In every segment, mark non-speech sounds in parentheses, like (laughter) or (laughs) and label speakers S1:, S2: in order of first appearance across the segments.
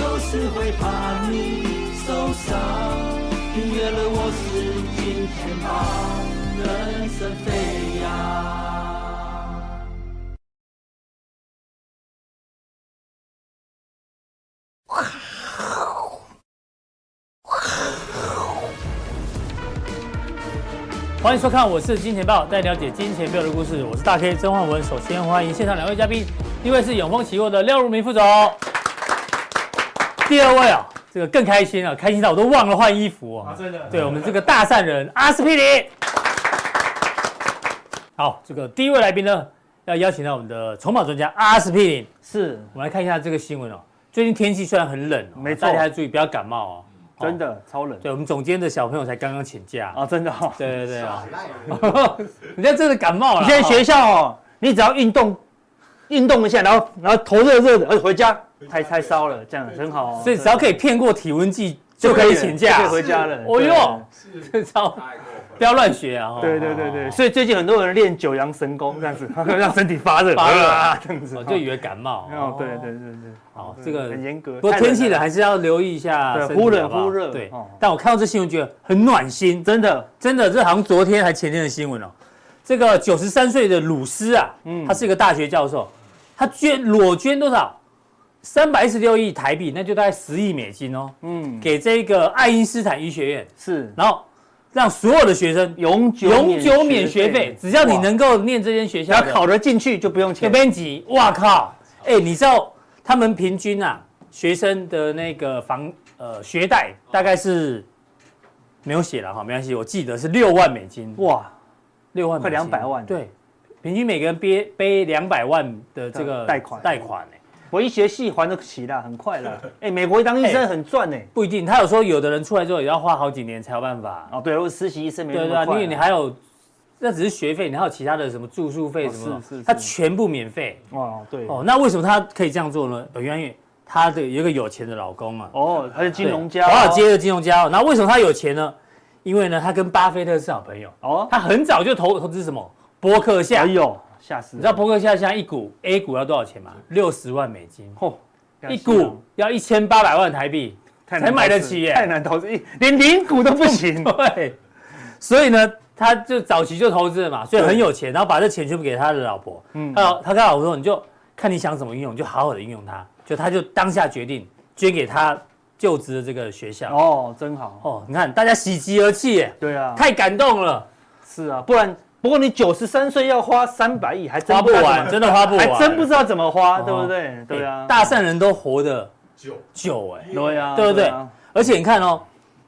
S1: 会怕你受伤。订阅了我是金钱豹，人生飞扬。
S2: 欢迎收看，我是金钱豹，带你了解金钱豹的故事。我是大 K 曾焕文。首先欢迎现场两位嘉宾，第一位是永丰期货的廖如明副总，第二位啊，这个更开心啊，开心到我都忘了换衣服哦、
S3: 啊真的，
S2: 对我们这个大善人阿司匹林。好，这个第一位来宾呢，要邀请到我们的筹码专家阿司匹林。
S3: 是
S2: 我们来看一下这个新闻哦。最近天气虽然很冷、哦，
S3: 没错
S2: 大家要注意不要感冒哦。哦
S3: 真，的超冷
S2: 对我们总监的小朋友才刚刚请假。
S3: 啊，真的哦。
S2: 对对
S3: (laughs)
S2: 对啊， (laughs) 人家真的感冒了。
S3: 以前学校哦，你只要运动，运动一下，然后然后头热热的，而且哎回家太太烧了，这样很好哦。
S2: 所以只要可以骗过体温计
S3: 对
S2: 就可以请
S3: 就
S2: 假
S3: 可以。回家了。
S2: 哦哟，
S4: 是
S2: 这招
S4: 太过分了。
S2: (laughs) 不要乱学啊！哦
S3: 对对对对，
S2: 哦嗯
S3: 所以最近很多人练九阳神功，这样子 (laughs) 让身体发热，
S2: 发热
S3: 啊这样子。
S2: 哦就以为感冒。
S3: 哦，对对对对，
S2: 好，
S3: 对
S2: 这个
S3: 很严格。
S2: 不过
S3: 太冷
S2: 天气冷
S3: 了，
S2: 还是要留意一下
S3: 对
S2: 身体
S3: 忽冷
S2: 好不好
S3: 忽热
S2: 对
S3: 哦，
S2: 但我看到这新闻觉得很暖心，真
S3: 真的
S2: 真的，这好像昨天还前天的新闻哦。这个九十三岁的鲁斯啊，
S3: 嗯
S2: 他是一个大学教授，他捐裸捐多少？三百一十六亿台币，那就大概十亿美金哦，
S3: 嗯
S2: 给这个爱因斯坦医学院，
S3: 是
S2: 然后让所有的学生
S3: 永久
S2: 永久免学费，只要你
S3: 哇
S2: 能够念这间学
S3: 只
S2: 校
S3: 要
S2: 的
S3: 考得进去就不用
S2: 这
S3: 钱。
S2: 边级，哇靠！哎、你知道他们平均啊，学生的那个房呃学贷大概是没有写了哈，没关系，我记得是六万美金，
S3: 哇，
S2: 六万美金
S3: 快200万
S2: 对，平均每个人背背两百万的这个
S3: 呃贷款
S2: 贷款、欸、
S3: 我一学戏还得起啦，很
S2: (laughs)
S3: 快啦。哎，美国当医生很赚呢。
S2: 不一定。他有说有的人出来之后也要花好几年才有办法，
S3: 哦，对，如果实习医生没
S2: 对
S3: 那
S2: 对啊，
S3: 么
S2: 因
S3: 快啊，
S2: 为你还有。那只是学费，你还有其他的什么住宿费
S3: 哦
S2: 什么的，
S3: 是是是
S2: 他全部免费
S3: 哇，啊对，
S2: 哦。那为什么他可以这样做呢？呃原因为他的有一个有钱的老公啊，
S3: 哦，他是金融家，
S2: 对华尔街的金融家哦。那为什么他有钱呢？因为呢，他跟巴菲特是好朋友，
S3: 哦，
S2: 他很早就投投资什么伯克夏。
S3: 哎呦，吓死
S2: 你
S3: 人！
S2: 知道伯克夏现在一股 A 股要多少钱吗？六十万美金，
S3: 哦，
S2: 一股要一千八百万台币。
S3: 太难
S2: 才买得起耶。
S3: 投资太难投资，一连零股都不行
S2: (laughs)
S3: (laughs)
S2: 对，所以呢，他就早期就投资了嘛，所以
S3: 对
S2: 很有钱，然后把这钱全部给他的老婆。
S3: 嗯
S2: 他老他跟他老婆说，你就看你想怎么运用，你就好好的运用它。就他就当下决定捐给他就职的这个学校。
S3: 哦，真好。
S2: 哦，你看大家喜极而泣耶，
S3: 对啊，
S2: 太感动了。
S3: 是啊，不然不过你九十三岁要花三百亿，还真
S2: 花不
S3: 知道怎么
S2: 完，真的花不完，
S3: 还真不知道怎么花，
S2: 哦
S3: 对不对？对啊
S2: 欸，大善人都活得
S4: 九
S2: 久哎、
S3: 对啊，
S2: 对不对
S3: 啊
S2: 而且你看哦，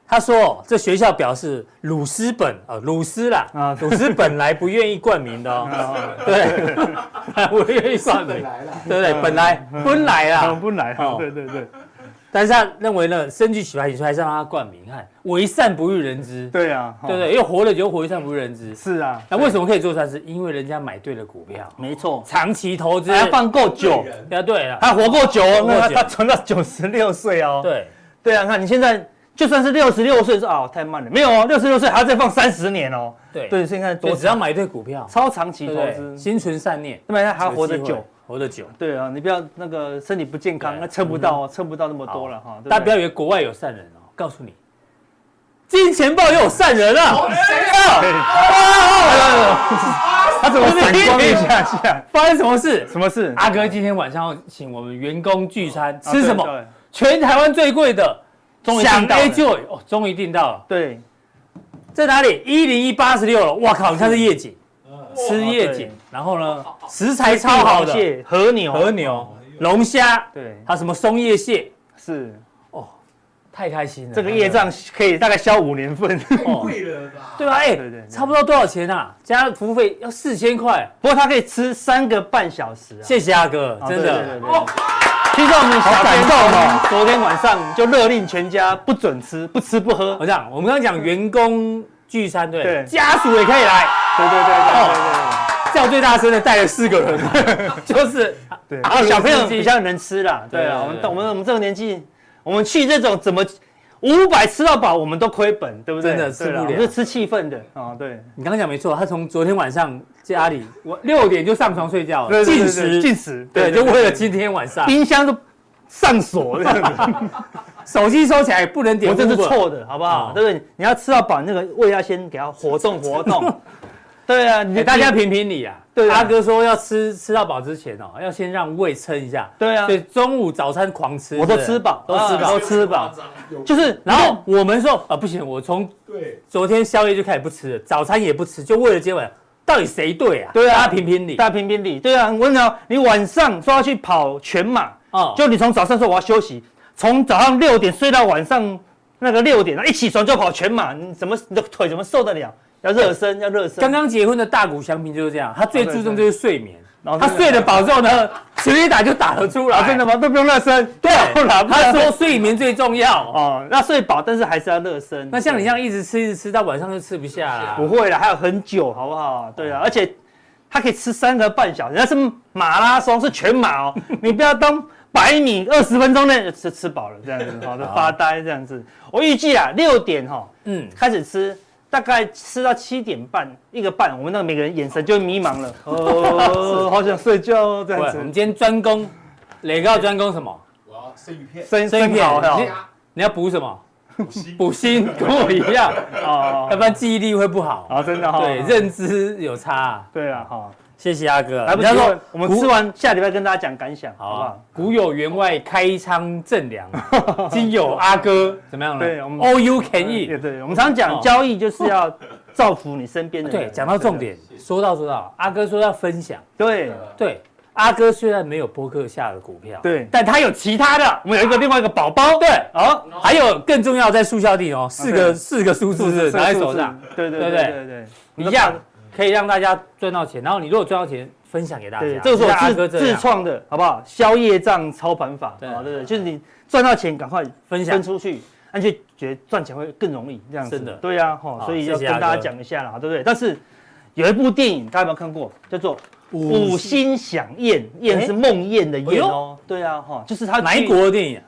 S2: 他说哦，这学校表示鲁斯本啊、呃鲁斯啦，
S3: 啊
S2: 鲁斯本来不愿意冠名的哦，
S3: 啊
S2: (laughs) 对，
S3: (laughs)
S2: 我愿意冠名，
S4: 来了，
S2: 对不对？本来本来
S3: 啊，
S2: 啦，
S3: 不来
S2: 哦
S3: 啊，对对对，
S2: 但是他认为呢，深具喜欢，所以还是让他冠名，看为善不欲人知，
S3: 对啊，
S2: 对不
S3: 哦，
S2: 对？又活了就活为善不欲人知，
S3: 是啊，
S2: 那为什么可以做善事？因为人家买对了股票，
S3: 没错，
S2: 长期投资，
S3: 嗯还要放够久，
S4: 人
S2: 啊，对了，
S3: 还活够久
S2: 活
S3: 哦，
S2: 够
S3: 那他
S2: 久
S3: 他存到九十六岁哦。
S2: 对。
S3: 对啊，看你现在就算是六十六岁，说啊太慢了，没有哦，六十六岁还要再放三十年哦。
S2: 对
S3: 对，现在
S2: 我
S3: 多
S2: 只要买对股票，
S3: 超长期
S2: 对
S3: 投
S2: 不对
S3: 资，
S2: 心存善念，
S3: 那么他还活得
S2: 有机会
S3: 久。，
S2: 活得久。
S3: 对啊，你不要那个身体不健康，
S2: 对啊嗯
S3: 那撑不到哦，撑不到那么多了哈。对
S2: 大家不要以为国外有善人哦，告诉你，金钱豹也有善人啊！
S3: 哦
S2: 哎
S3: 对 (laughs) 他怎么反光一下
S2: (laughs)
S3: 下？
S2: 发生什么事？
S3: 什么事？
S2: 阿哥今天晚上要请我们员工聚餐，啊吃什
S3: 啊
S2: 么？？全台湾最贵的，
S3: 终于
S2: 想
S3: 订到了
S2: A 就有哦，终于订到了，
S3: 对对
S2: 在哪里？一零一八十六了，哇靠！你看这夜景，吃夜景
S3: 对，
S2: 然后呢，食材超好
S3: 帝王
S2: 的，
S3: 蟹、和牛、
S2: 和牛、龙虾，
S3: 对，
S2: 还有什么松叶蟹，
S3: 是
S2: 太开心了。
S3: 这个业障可以大概消五年份。
S2: 哦
S4: 贵了吧？
S2: 对吧？哎、
S3: 对对对
S2: 差不多多少钱啊？加上服务费要四千块，
S3: (laughs) 不过他可以吃三个半小时啊。
S2: 谢谢阿哥，
S3: 啊
S2: 真
S3: 对
S2: 的。
S3: 对对对听说我们小
S2: 感
S3: 编
S2: 动哦
S3: 昨天晚上就勒令全家不准吃，不吃不喝
S2: 我。讲，我们刚刚讲员工聚餐，对，
S3: 对
S2: 家属也可以来，
S3: 对对对对对对
S2: 叫最大声的带了四个
S3: (laughs)
S2: 人，就是啊
S3: 对。
S2: 阿
S3: 然后
S2: 鲁
S3: 哦小朋友
S2: 斯基
S3: 比较能吃啦，对
S2: 对对
S3: 啊，
S2: 对
S3: 我们
S2: 对
S3: 我们我们这个年纪，我们去这种怎么五百吃到饱，我们都亏本，对不对？
S2: 真的吃
S3: 对啦
S2: 不了
S3: 我们是吃气氛的啊，对，
S2: 你刚刚讲没错，他从昨天晚上家里我六点就上床睡觉了，
S3: 对对
S2: 进
S3: 对
S2: 食，
S3: 进食，
S2: 对，就为了今天晚上。
S3: 冰箱都上锁这样子，
S2: 手机收起来不能点
S3: 我
S2: Uber，
S3: 这是错的，好不好？
S2: 哦
S3: 对不对？你要吃到饱，那个胃要先给它活动活动。对啊，你
S2: 哎大家评评理啊。
S3: 对啊
S2: 阿哥说要吃吃到饱之前哦，要先让胃撑一下。
S3: 对啊
S2: 所，以中午早餐狂吃，
S3: 我都
S2: 是不是
S3: 吃饱，
S2: 都吃
S3: 啊
S2: 饱
S3: 都。吃饱，
S4: 有
S3: 就是
S2: 然后我们说啊，不行，我从
S4: 对，
S2: 昨天宵夜就开始不吃了，早餐也不吃，就为了今晚，到底谁对啊？
S3: 对啊
S2: 大家评评理。
S3: 大家评评理。对啊，我跟你讲，你晚上说要去跑全马，
S2: 哦，
S3: 就你从早上说我要休息，从早上六点睡到晚上那个六点，一起床就跑全马，你怎么你的腿怎么受得了？要热身，要热身。
S2: 刚刚结婚的大谷翔平就是这样，他最注重就是睡眠。
S3: 啊哦对对
S2: 他睡得饱之后呢，随便打就打得出来。
S3: 啊，真的吗？都不用热身，
S2: 对
S3: 不 (laughs) 然，
S2: 他说睡眠最重要。
S3: (laughs) 哦，那睡饱，但是还是要热身。
S2: 那像你
S3: 对啊
S2: 这样一直吃，一直吃到晚上就吃不下啦
S3: 不。会了，还有很久，好不好？对啊，而且它可以吃三个半小时，那是马拉松，是全马 (laughs) 哦。你不要当百米二十分钟内就吃吃饱了这样子， (laughs) 好的发呆这样子。我预计啊，六点哈、
S2: 嗯，
S3: 开始吃，大概吃到七点半一个半，我们那个每个人眼神就迷茫 (laughs) 了，哦，好想睡觉哦，这
S2: 不会
S3: 样
S2: 我们
S3: 子。
S2: 今天专攻，磊哥要专攻什么？
S4: 我要生鱼片，
S3: 生
S2: 生
S3: 生
S2: 片
S3: 蚝
S2: 你
S3: 哦
S4: 加
S2: 你要补什么？
S4: 五星，
S2: 补锌，跟我一样，
S3: 哦
S2: 要不然记忆力会不好。
S3: 哦，真的哈，
S2: 对，认知有差啊。
S3: 对了哈，
S2: 谢谢阿哥。
S3: 来不及
S2: 人家说
S3: 问，我们吃完下礼拜跟大家讲感想，好
S2: 好
S3: 不
S2: 啊
S3: 好？，
S2: 古有员外开仓正
S3: (laughs)
S2: 粮，今有阿哥怎么样呢？
S3: 对我们
S2: All you can
S3: 对
S2: eat。
S3: 对，我们常讲交易就是要造福你身边的人。
S2: 对，讲到重点，说到说到，阿哥说要分享。
S3: 对，
S2: 对，阿哥虽然没有波克夏的股票，
S3: 对
S2: 但他有其他的，
S3: 我们有一个另外一个宝宝，
S2: 对，
S3: 哦，
S2: 还有更重要在速效定哦，四个
S3: 对
S2: 四个数字拿在手上，，
S3: 对对
S2: 对
S3: 对
S2: 不对
S3: 对对，
S2: 一样可以让大家赚到钱。然后你如果赚到钱，分享给大
S3: 对，
S2: 家。
S3: 这个是
S2: 像阿
S3: 我
S2: 哥
S3: 自
S2: 这
S3: 自
S2: 样
S3: 创的，好不好？宵夜账操盘法，
S2: 对
S3: 对对对，就是你赚到钱赶快
S2: 分享
S3: 分。出去，那就觉得赚钱会更容易，这样子。
S2: 真的
S3: 对呀，哈，
S2: 好
S3: 所以
S2: 谢
S3: 要
S2: 谢
S3: 跟
S2: 阿
S3: 大家
S2: 哥
S3: 讲一下啦，对不对？但是有一部电影大家有没有看过？叫做《五星响宴》，宴是梦魇的
S2: 哎
S3: 宴
S2: 呦
S3: 哦。对啊，哈，就是他
S2: 哪一
S3: 去
S2: 国的电影啊？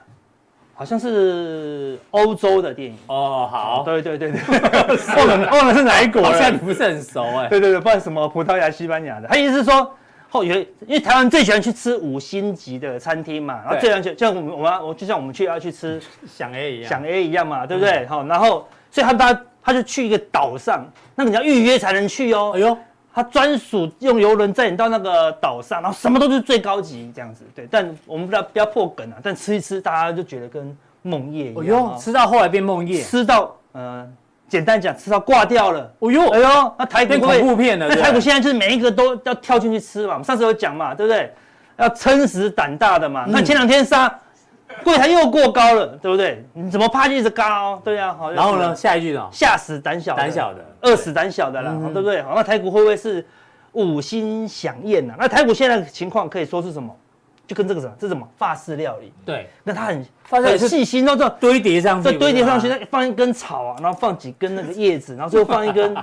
S3: 好像是欧洲的电影。
S2: 哦，好，
S3: 对对对对， (laughs) 忘了忘了是哪一国
S2: 好像
S3: 了
S2: 你。不是很熟哎。
S3: 对对对，不然什么葡萄牙、西班牙的。他意思是说，后有因为台湾最喜欢去吃五星级的餐厅嘛，然后
S2: 对
S3: 最喜欢去像我们我们要我就像我们去要去吃
S2: 想 A 一样，
S3: 想 A 一样嗯嘛，对嗯不对？哦好，然后所以他他他就去一个岛上，那个你要预约才能去哦
S2: 哎。呦，
S3: 他专属用游轮载你到那个岛上，然后什么都是最高级这样子。对，但我们不要不要破梗啊，但吃一吃大家就觉得跟梦夜
S2: 哎
S3: 一样
S2: 呦，
S3: 哦，
S2: 吃到后来变梦魇，
S3: 吃到呃，简单讲吃到挂掉了。
S2: 哎呦，
S3: (laughs) 哎呦，那台股
S2: 变
S3: 会不
S2: 恐
S3: 会
S2: 怖片了。
S3: 那
S2: 对
S3: 台股现在就是每一个都要跳进去吃嘛，我们上次有讲嘛，对不对？要撑死胆大的
S2: 嗯
S3: 嘛。那前两天杀，柜台又过高了，对不对？你怎么怕就一直高？对啊，好。
S2: 然后呢，？下一句呢？
S3: 吓死胆小的
S2: 胆小的
S3: 饿死胆小的啦，
S2: 嗯
S3: 对不对？好，那台股会不会是五星响宴呐、那台股现在的情况可以说是什么？就跟这个什么，这是什么法式料理？
S2: 对，
S3: 那它很
S2: 法式料理
S3: 很
S2: 是
S3: 细心，到这
S2: 堆叠上去，
S3: 这堆叠上去，再放一根草啊，然后放几根那个叶子，然后最后放一
S2: (laughs)
S3: 根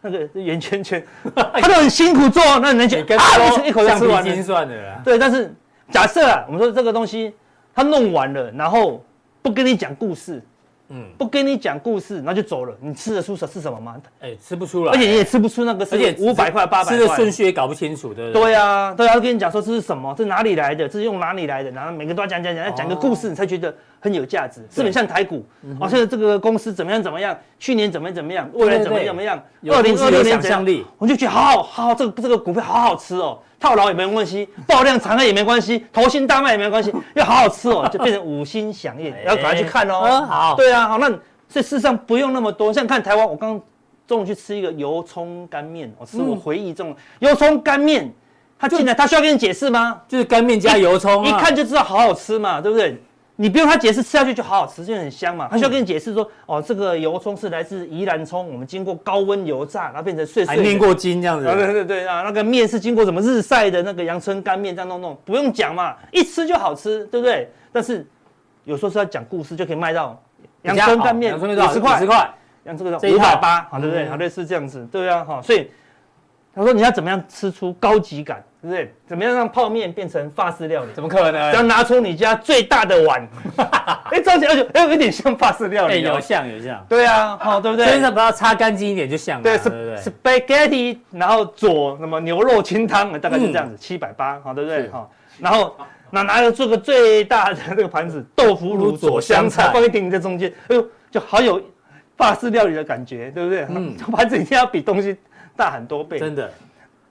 S3: 那个圆圈圈，他都很辛苦做，那你能觉
S2: 你跟
S3: 得啊，一口一口就
S2: 橡
S3: 吃
S2: 皮
S3: 完
S2: 筋
S3: 了。
S2: 算的啦。
S3: 对，但是假设啊，我们说这个东西他弄完了，然后不跟你讲故事，
S2: 嗯，
S3: 不跟你讲故事，然后就走了，你吃得出什是什么吗？
S2: 哎，吃不出来，
S3: 而且你也吃不出那个是
S2: 而且
S3: 五百块、八百块
S2: 吃的顺序也搞不清楚，对不对？
S3: 对啊，对啊，他跟你讲说这是什么，这哪里来的，这是用哪里来的，然后每个都要讲讲讲，要
S2: 哦
S3: 讲个故事，你才觉得很有价值，是不是很像台股？
S2: 嗯
S3: 好像这个公司怎么样怎么样，去年怎么样怎么样，未来怎么样怎么样，
S2: 有故事有想
S3: 怎样
S2: 象力，
S3: 我就觉得好好好好，这个这个股票好好吃哦，套牢也没
S2: (laughs)
S3: 关系，爆量长黑也没关系，头新大卖也没关系，要好好吃
S2: (laughs)
S3: 哦，就变成五星响应，要赶快去看哦。
S2: 嗯哎好
S3: 对啊，好，那所以事实上不用那么多，像看台湾，我刚中午去吃一个油葱干面，我、吃我回忆中、
S2: 嗯
S3: 油葱干面，他进来他需要跟你解释吗？
S2: 就是干面加油葱啊，
S3: 一看就知道好好吃嘛，对不对？你不用他解释，吃下去就好好吃，就很香
S2: 嗯
S3: 嘛。他需要跟你解释说，哦，这个油葱是来自宜兰葱，我们经过高温油炸，然后变成碎
S2: 还
S3: 碎的。
S2: 念过经这样
S3: 啊，对
S2: 子，
S3: 对对啊，那个面是经过什么日晒的那个阳春干面，这样弄弄，不用讲嘛，一吃就好吃，对不对？但是有时候是要讲故事，就可以卖到阳春干面
S2: 阳春面多
S3: 五
S2: 少
S3: 十块
S2: 十，块，
S3: 阳春
S2: 这
S3: 干
S2: 一
S3: 五
S2: 套
S3: 百八，好对不对？
S2: 嗯
S3: 好类似这样子，对啊，哈，所以他说你要怎么样吃出高级感，对不对？怎么样让泡面变成法式料理？
S2: 怎么可能
S3: 只要？拿出你家最大
S2: (laughs)
S3: 的碗，哎，装起来就哎有点像法式料
S2: 哎，
S3: 理
S2: 有
S3: 哦，
S2: 像有像，
S3: 对啊，好对不对？
S2: 身上把它擦干净一点就像了，
S3: 对，
S2: 对
S3: 是
S2: 不啊对？
S3: spaghetti，然后佐什么牛肉清汤，大概就这样子，七百八，好，对不对？
S2: 嗯是
S3: 好，然后那拿着做个最大的这个盘子，豆腐乳佐香菜，放一点你在中间，哎呦，就好有法式料理的感觉，对不对？
S2: 嗯
S3: 嗯， (laughs) 盘子一定要比东西大很多倍。
S2: 真的，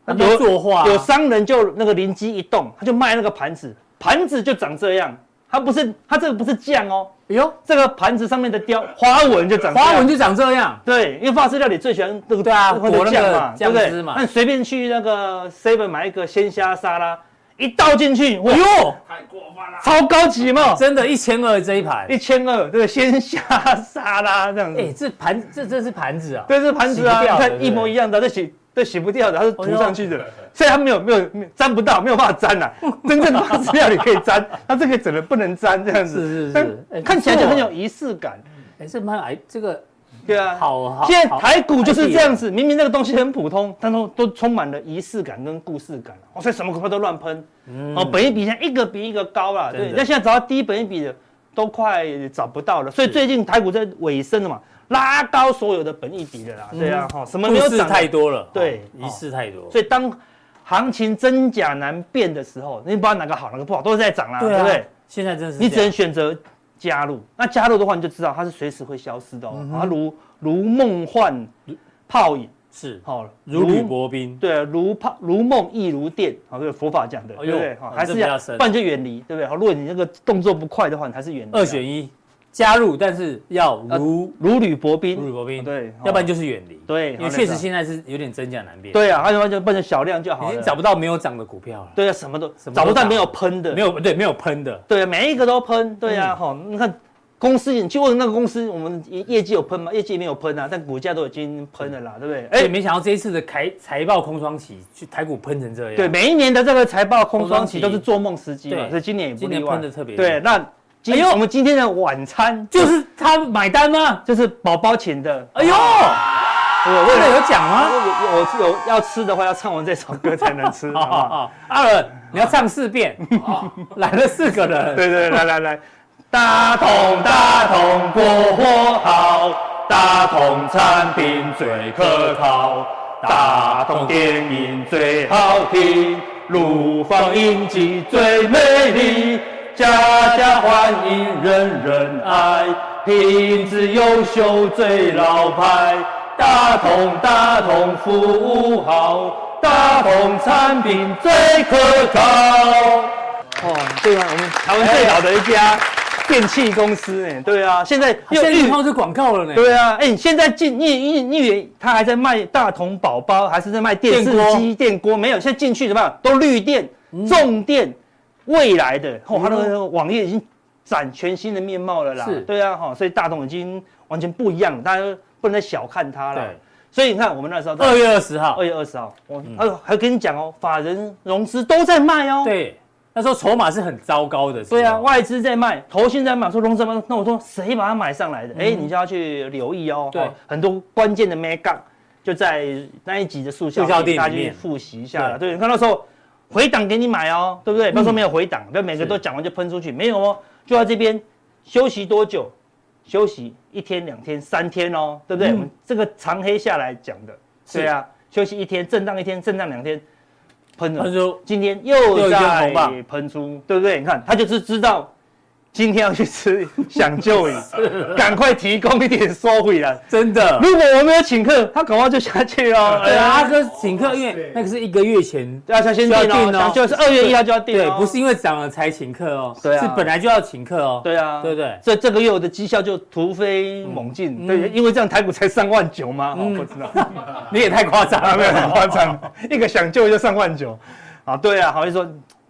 S3: 那
S2: 那有作画啊
S3: 有商人就那个灵机一动，他就卖那个盘子，盘子就长这样，它不是它这个不是酱哦，
S2: 哎呦，
S3: 这个盘子上面的雕花纹就长这样，
S2: 花纹就长这样，
S3: 对，因为法式料理最喜欢那个
S2: 对啊
S3: 那
S2: 裹那个
S3: 个酱嘛，对
S2: 酱
S3: 不
S2: 汁
S3: 对？
S2: 嘛
S3: 那你随便去那个 seven 买一个鲜虾沙拉，一倒进去，哇
S2: 哎呦，
S1: 太过分了。
S3: 超高级嘛，
S2: 真的，一千二这一盘，
S3: 一千二，对，鲜虾沙拉这样子，
S2: 哎，这盘这这是盘子啊，
S3: 对，这是盘子啊，
S2: 洗
S3: 你
S2: 不掉的对不
S3: 看
S2: 对哎
S3: 一模一样的，这洗这洗不掉的，它是涂上去的，所以它没有没有没有沾不到，没有办法
S2: (laughs)
S3: 沾呐、
S2: 嗯
S3: 真正的法式料理可以沾，它这个整个不能沾这样
S2: (laughs)
S3: 子，
S2: 是是是
S3: 但
S2: 哎不
S3: 看起来就
S2: 错
S3: 很有仪式感，
S2: 哎，这蛮哎这个
S3: 对啊，
S2: 好好，
S3: 现在
S2: 好
S3: 台股就是这样
S2: 好
S3: 子，明明那个东西很普通，但都都充满了仪式感跟故事感，哦，所以什么股票都乱喷，哦，本一比现在一个比一个高啦，
S2: 嗯真的
S3: 对，那现在只要低本一比的都快找不到了，所以最近台股在尾声了嘛，拉高所有的本一比的啦，对啊，哈，什么没
S2: 嗯
S3: 有
S2: 故事
S3: 涨的
S2: 太多了，
S3: 对
S2: 哦
S3: 哦
S2: 仪式太多，
S3: 所以当行情真假难辨的时候，你不知道哪个好哪个不好，都是在涨
S2: 啊
S3: 啦，对不对？？
S2: 现在真是
S3: 你只
S2: 这样
S3: 能选择加入。那加入的话，你就知道它是随时会消失的
S2: 嗯
S3: 哦，它如如梦幻泡影，
S2: 是
S3: 好、
S2: 如履薄冰，
S3: 对，啊如泡如梦亦如电，好、这个佛法讲的，
S2: 哎
S3: 对
S2: 呦
S3: 不对？好
S2: 哦
S3: 还
S2: 这
S3: 是
S2: 比较
S3: 要，
S2: 深
S3: 不然就远离，对不对？好，如果你那个动作不快的话，你还是远离啊。
S2: 二选一，加入但是要
S3: 呃
S2: 如
S3: 如履薄
S2: 如履
S3: 冰，
S2: 薄冰，
S3: 啊对
S2: 要不然
S3: 就
S2: 就是远离，
S3: 对
S2: 因
S3: 好
S2: 为
S3: 那
S2: 确实
S3: 种
S2: 现在是有点真假难辨，，
S3: 对啊，它要不然就变成小量就好
S2: 已经
S3: 了。
S2: 找不到没有涨的股票了，
S3: 对啊，什么都
S2: 什么都
S3: 找不到
S2: 打
S3: 没有喷的，
S2: 没有嗯对没有喷的，
S3: 对，啊每一个都喷，对啊，吼、你看公司，你去问那个公司，我们业业绩有喷吗？业绩没有喷啊，但股价都已经喷了啦，对不对？
S2: 哎，
S3: 哎、
S2: 没想到这一次的财财报空窗期，去台股喷成这样，
S3: 对，，每一年的这个财报空窗期
S2: 啊空窗
S3: 都
S2: 期
S3: 是做梦时机嘛
S2: 对，
S3: 所以今年也不
S2: 今年
S3: 例外。
S2: 喷得特别
S3: 对，那今、
S2: 哎呦
S3: 我们今天的晚餐
S2: 就是他买单吗？
S3: 就是宝宝请的，
S2: 哎呦，
S3: 啊我
S2: 这
S3: 为
S2: 个
S3: 了
S2: 有讲吗？
S3: 有有有要吃的话，要唱完这首歌才能吃，
S2: (laughs) 好
S3: 好不
S2: 好
S3: 好？
S2: 好，哦阿伦，你要唱四遍，
S3: 啊
S2: 哦来了四个人，
S3: (laughs) 对对，来来来，大同大同国货好，大同产品最可靠，大同电影最好听，陆放音机最美丽，家家欢迎人人
S2: 啊
S3: 爱，品质优秀最老牌，大同大同服务好，大同产品最可靠。哦，对啊，我们台湾最老的一家电器公司哎，对啊，现在
S2: 现
S3: 又
S2: 在
S3: 遇
S2: 你放这广告了呢，
S3: 对啊，哎，你现在进你你你以为他还在卖大同宝宝，还是在卖电视机、电锅？嗯没有，现在进去怎么样？都绿电、重电、未来的，哦，他的那个网页已经展全新的面貌了啦
S2: 是。
S3: 对啊，哈，所以大同已经完全不一样了，大家都不能再小看它了
S2: 对。
S3: 所以你看，我们那时候在
S2: 二月二十号
S3: 二，嗯月二十号，我还有还跟你讲哦，法人融资都在卖哦。
S2: 对，那时候筹码是很糟糕的。
S3: 对啊，
S2: 是吗
S3: 外资在卖，投信在买，说融资吗？那我说谁把它买上来的？哎、你就要去留意哦。
S2: 嗯对
S3: 哦很多关键的 make up 就在那一集的速效
S2: 速效定
S3: 大
S2: 里
S3: 家去
S2: 面
S3: 复习一下了。对，你看到时候回档给你买哦，对不
S2: 嗯
S3: 对？不要说没有回档，不要每个
S2: 是
S3: 都讲完就喷出去，没有哦，就在这边休息多久？休息一天、两天、三天哦，对不对？我们这个长黑下来讲的，
S2: 嗯是
S3: 对啊，休息一天，震荡一天，震荡两天，喷了
S2: 他。说
S3: 今天又
S2: 一根
S3: 在
S2: 红棒
S3: 喷出，对不对？你看，他就是知道今天要去吃想救
S2: (laughs)
S3: 你，
S2: 啊
S3: 赶快提供一点收回来。
S2: 真的，
S3: 如果我没有请客，他搞不好就下去
S2: (laughs)
S3: 哦。
S2: 对啊，阿
S3: 啊，
S2: 哥请客，因为那个是一个月前，
S3: 对啊，他先
S2: 就要
S3: 定
S2: 定哦
S3: 哦，想就是二月一号就要定
S2: 对
S3: 哦，，
S2: 不是因为涨了才请客哦，
S3: 对啊
S2: 是本来就要请客哦，
S3: 对啊，
S2: 对嗯不对？
S3: 这这个月我的绩效就突飞猛进，对，因为这样台股才上万九吗？
S2: 嗯
S3: 哦，不知道。
S2: 你也太夸张
S3: 啊，没有很
S2: 了，
S3: 夸张，一个想救就上万九，啊，哦对啊，好像说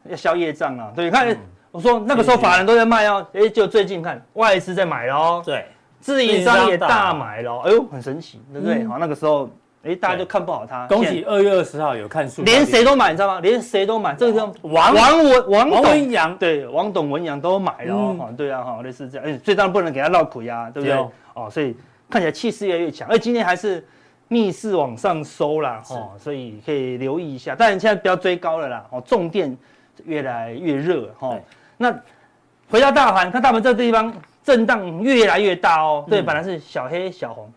S3: 要消业障啊，对，你看、我说那个时候法人都在卖哦，哎，就最近看外资在买喽，
S2: 对，
S3: 自营商也大买喽，哎呦，很神奇，对不对？
S2: 嗯
S3: 好，那个时候哎，大家就看不好它，
S2: 恭
S3: 现
S2: 喜
S3: 在
S2: 二月二十号有看数，
S3: 连谁都买，你知道吗？连谁都买，这个叫
S2: 王
S3: 王文王
S2: 王
S3: 董。
S2: 文洋，
S3: 对，王董、文洋都买了哦
S2: 嗯，
S3: 哈对啊，哈，类似这样，哎，所以当然不能给他绕苦呀，对不对
S2: 对哦？
S3: 哦，所以看起来气势越来越强，而哎今天还是逆势往上收啦，哦，所以可以留意一下，但你现在不要追高了啦，哦，重电越来越热哈、哦
S2: 对。
S3: 那回到大盘，看大盘这地方震荡越来越大哦，对，
S2: 嗯
S3: 本来是小黑、小红、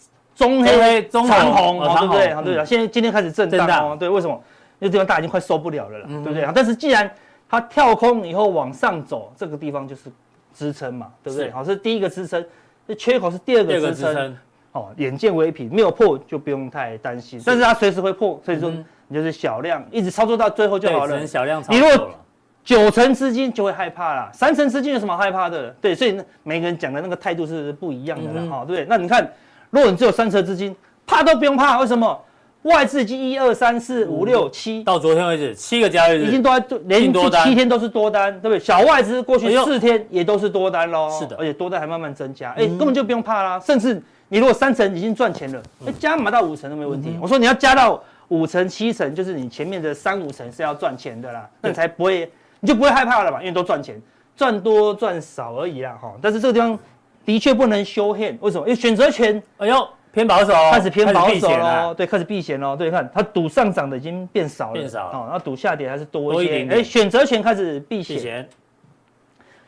S3: 中
S2: 中
S3: 黑、
S2: 黑中
S3: 长
S2: 红
S3: 红，
S2: 哦
S3: 哦
S2: 长
S3: 对不对？
S2: 红
S3: 对
S2: 嗯
S3: 了，现在今天开始震荡
S2: 震
S3: 哦
S2: 荡，
S3: 对，为什么？那地方大家已经快受不了了啦，哦
S2: 嗯
S3: 对不对？但是既然它跳空以后往上走，这个地方就是支撑嘛，对不对？
S2: 是
S3: 好，是第一个支撑，这缺口是第二
S2: 第二
S3: 个
S2: 个
S3: 支
S2: 支
S3: 撑。
S2: 撑，
S3: 哦，眼见为凭，没有破就不用太担心，但是它随时会破，所以说
S2: 嗯哼
S3: 你就是小量一直操作到最后就
S2: 对，
S3: 好
S2: 只
S3: 了
S2: 能。小量操
S3: 你如果
S2: 作了。
S3: 九成资金就会害怕啦，三成资金有什么好害怕的？对，所以那每个人讲的那个态度是不一样的啦，哦
S2: 嗯哼
S3: 哈、对不对？那你看，如果你只有三成资金，怕都不用怕，为什么？外资已经一二三四五六七，
S2: 到昨天为止，七个交易
S3: 已经
S2: 日，
S3: 都在做连
S2: 进多
S3: 续
S2: 单
S3: 七天都是多单，对不对？小外资过去
S2: 哎呦
S3: 四天也都是多单喽，
S2: 是的嗯
S3: 而且多单还慢慢增加，哎，根本就不用怕啦。甚至你如果三成已经赚钱了，
S2: 嗯
S3: 哎，加码到五成都没问题。我说你要加到五成、七成，就是你前面的三五成是要赚钱的啦，那你才不会，你就不会害怕了嘛，因为都赚钱，赚多赚少而已啦，哈。但是这个地方的确不能修宪，为什么？因为选择权
S2: 哎呦，偏保守哦，
S3: 开始偏保
S2: 开始避
S3: 守
S2: 险
S3: 喽
S2: 了，，
S3: 对，开始避险喽。对，你看它赌上涨的已经变少了，
S2: 变少了
S3: 哦，那赌下跌还是多
S2: 多
S3: 一
S2: 一
S3: 些
S2: 点。点
S3: 哎，选择权开始避
S2: 避
S3: 险，
S2: 险，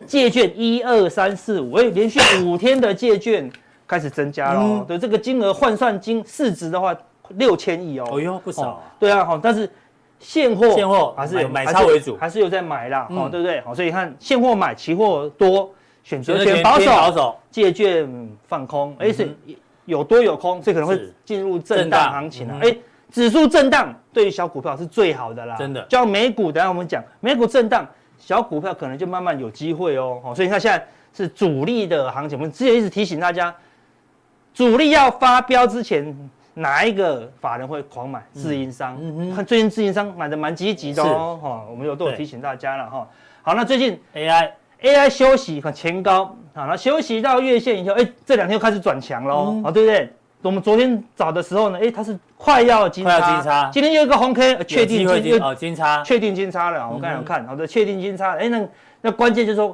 S3: 借券一二三四五，哎，连续五天的借券开始增加喽
S2: 嗯。
S3: 对，这个金额换算金市值的话，六千亿哦。
S2: 哎呦，不少
S3: 哦
S2: 啊，
S3: 对啊，好，但是现货
S2: 现货
S3: 还是有
S2: 买
S3: 还
S2: 买
S3: 是
S2: 超为主
S3: 还是有在买啦，哦，
S2: 嗯
S3: 对不对？好，所以你看现货买，期货多，选择权
S2: 偏
S3: 保守，
S2: 保守，
S3: 借券放空，哎、所以有多有空，所以可能
S2: 嗯
S3: 会
S2: 是
S3: 进入震荡行情啊。
S2: 震
S3: 哎、
S2: 荡嗯
S3: 指数震荡对于小股票是最好的啦，
S2: 真的
S3: 就像美股，等一下我们讲美股震荡，小股票可能就慢慢有机会哦。好，所以你看现在是主力的行情，我们之前一直提醒大家，主力要发飙之前。哪一个法人会狂买自营商？
S2: 嗯哼
S3: 看最近自营商买的蛮积极的哦，哈、我们有都有
S2: 对
S3: 提醒大家了哈、好，那最近
S2: AI
S3: AI 休息和前高啊，那休息到月线以后，哎、这两天又开始转强喽，
S2: 嗯
S3: 啊、对不对？我们昨天找的时候呢，哎、它是快要金叉，
S2: 快要金叉
S3: 今天又一个红 K，呃确定
S2: 有机会
S3: 金
S2: 金
S3: 又
S2: 哦嗯金叉，
S3: 确定金叉了，我刚才有看，好的，确定金叉，哎、那那关键就是说，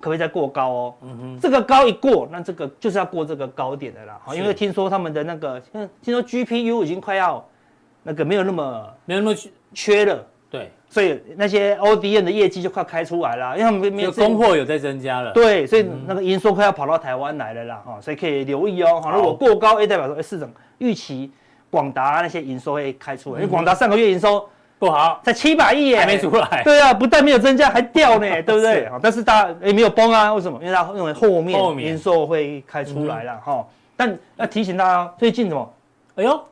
S3: 可不可以再过高哦？
S2: 嗯哼，
S3: 这个高一过，那这个就是要过这个高点的啦，好
S2: 是
S3: 因为听说他们的那个，嗯听说 GPU 已经快要那个没有那么
S2: 没有那么去
S3: 缺了。
S2: 对，
S3: 所以那些 ODM 的业绩就快开出来了，因为他们没
S2: 就
S3: 有
S2: 供货有在增加了，
S3: 对，所以那个营收快要跑到台湾来了
S2: 嗯
S3: 啦，哈、所以可以留意哦。哈，如果过高，哎，代表说，哎，市场预期广达那些营收会开出来，因为广达上个月营收
S2: 不好，
S3: 才七百亿
S2: 嗯
S3: 耶，
S2: 还没出来，
S3: 对啊，不但没有增加，还掉呢，
S2: (laughs)
S3: 对不对？哦好但是大家也没有崩啊，为什么？因为他认为后
S2: 后
S3: 面
S2: 面嗯
S3: 营收会开出来了，哈、但要提醒大家哦，最近什么
S2: 哎呦，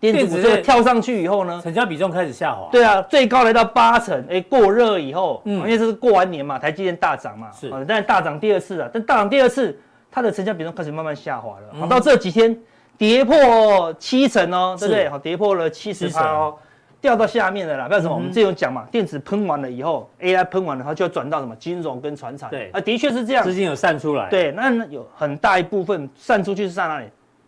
S3: 电子
S2: 电
S3: 股
S2: 子
S3: 这个
S2: 类
S3: 跳上去以后呢，
S2: 成交比重开始下滑，
S3: 对啊，最高来到八成，哎、过热以后，
S2: 嗯
S3: 因为这是过完年嘛，台积电大涨嘛，
S2: 是
S3: 哦但大涨第二次啊，但大涨第二次，它的成交比重开始慢慢下滑了，好、
S2: 嗯
S3: 到这几天跌破七成哦，对不对？
S2: 是
S3: 好，跌破了七十
S2: 70%
S3: 趴哦，掉到下面了啦，不要什么，
S2: 嗯哼
S3: 我们之前有讲嘛，电子喷完了以后，AI 喷完了，它就要转到什么金融跟船产，
S2: 对
S3: 啊，的确是这样
S2: 资，金有散出来，，
S3: 对，那那有很大一部分散出去是在哪
S2: 嗯
S3: 里？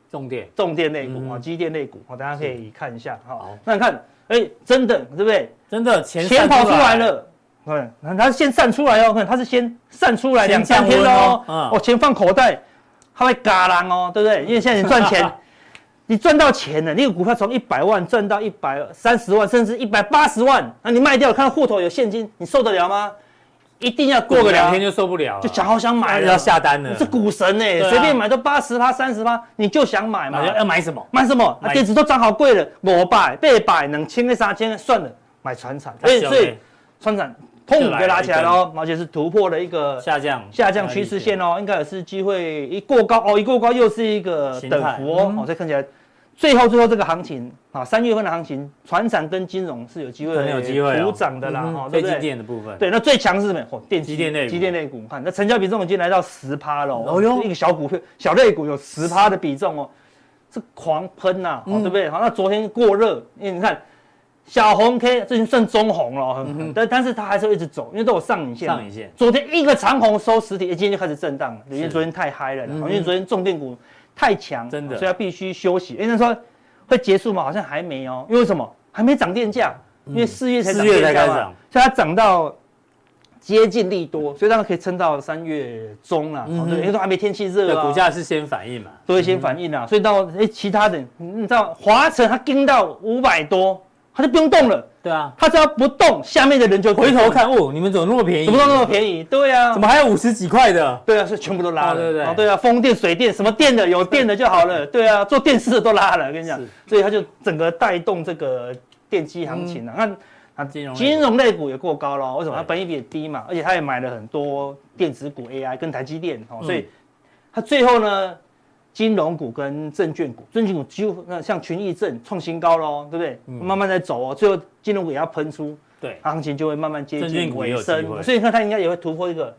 S2: 重点
S3: 重电类股
S2: 嗯
S3: 啊，机电类股，好，大家可以看一下哈
S2: 好。
S3: 那你看，哎，真的对不对？
S2: 真的钱
S3: 钱
S2: 散
S3: 跑出来，了。嗯，它是先散出来哦，看它是先散出来
S2: 先
S3: 两三
S2: 降
S3: 天
S2: 温
S3: 哦
S2: 哦，嗯
S3: 哦，钱放口袋，它会嘎啷哦，对不对？因为现在你赚
S2: (laughs)
S3: 钱，你赚到钱了，那个股票从一百万赚到一百三十万，甚至一百八十万，那你卖掉，看到户头有现金，你受得了吗？一定要
S2: 过个两天
S3: 就
S2: 就受不了了，
S3: 啊就想好想买了，
S2: 要下单了，
S3: 这股神呢、
S2: 对啊
S3: 随便买都八十趴、三十趴，你就想买嘛
S2: 买？要买什么？
S3: 买什么？啊、
S2: 买
S3: 电子都涨好贵了，五百、八百、两千、三千，算了，买船产。所以，所以船产砰
S2: 就来了
S3: 就拉起来了哦，而且是突破了一个
S2: 下降
S3: 下降趋势线哦，应该也是机会一过高哦，一过高又是一个
S2: 形态
S3: 等幅哦，
S2: 嗯
S3: 哦，所以看起来最后最后这个行情啊，三月份的行情，船产跟金融是有机会
S2: 很有机会哦
S3: 补涨的啦，
S2: 嗯
S3: 哦，对
S2: 最
S3: 不
S2: 近
S3: 对？
S2: 电的部分，
S3: 对，那最强是什么？哦，电机
S2: 机电类股
S3: 机电类股，看那成交比重已经来到十趴了，哦
S2: 哦哟
S3: 一个小股票小类股有十趴的比重哦，是狂喷呐、哦
S2: 嗯
S3: 对不对？好，那昨天过热，因为你看小红 K 最近算中红了哦，但但是它还是会一直走，因为都有上影线嘛，
S2: 嗯上影线
S3: 昨天一个长红收实体，哎今天就开始震荡了，因为昨天太嗨了啦，
S2: 嗯
S3: 因为昨天重电股太强，
S2: 真的
S3: 所以它必须休息。哎，那说会结束吗？好像还没哦，因为为什么？还没涨电价，因为四月才
S2: 嗯
S3: 涨
S2: 四月才
S3: 电价
S2: 开始
S3: 嘛
S2: 涨，
S3: 所以它涨到接近利多，所以大家可以撑到三月中啦，
S2: 嗯
S3: 哦对，因为都还没天气
S2: 对
S3: 热啊，
S2: 股价嗯是先反应嘛，
S3: 都会先反应啦，所以到哎其他的，你你知道华晨它盯到五百多，它就不用动了，
S2: 对啊，
S3: 它只要不动，下面的人就
S2: 回头，看哦，你们怎么那么便宜？
S3: 怎么都那么便宜？对呀、
S2: 怎么还有五十几块的？
S3: 对啊，是全部都拉了，
S2: 啊对对对
S3: 哦对啊，风电、水电什么电的有电的就好了，对啊，做电视的都拉了，跟你讲
S2: 是，嗯
S3: 所以它就整个带动这个电机行情了、啊。那啊，
S2: 金融类股
S3: 金融类股也过高了，为什
S2: 对
S3: 么？它本益比也低嘛，而且它也买了很多电子股 AI 跟台积电
S2: 嗯
S3: 哦，所以它最后呢，金融股跟证券股，证券股几乎那像群益证创新高喽，对不
S2: 嗯
S3: 对？慢慢在走哦，最后金融股也要喷出，
S2: 对，
S3: 行情就会慢慢接
S2: 证券
S3: 近
S2: 股也
S3: 尾
S2: 有机
S3: 声
S2: 会，
S3: 所以你看它应该也会突破一个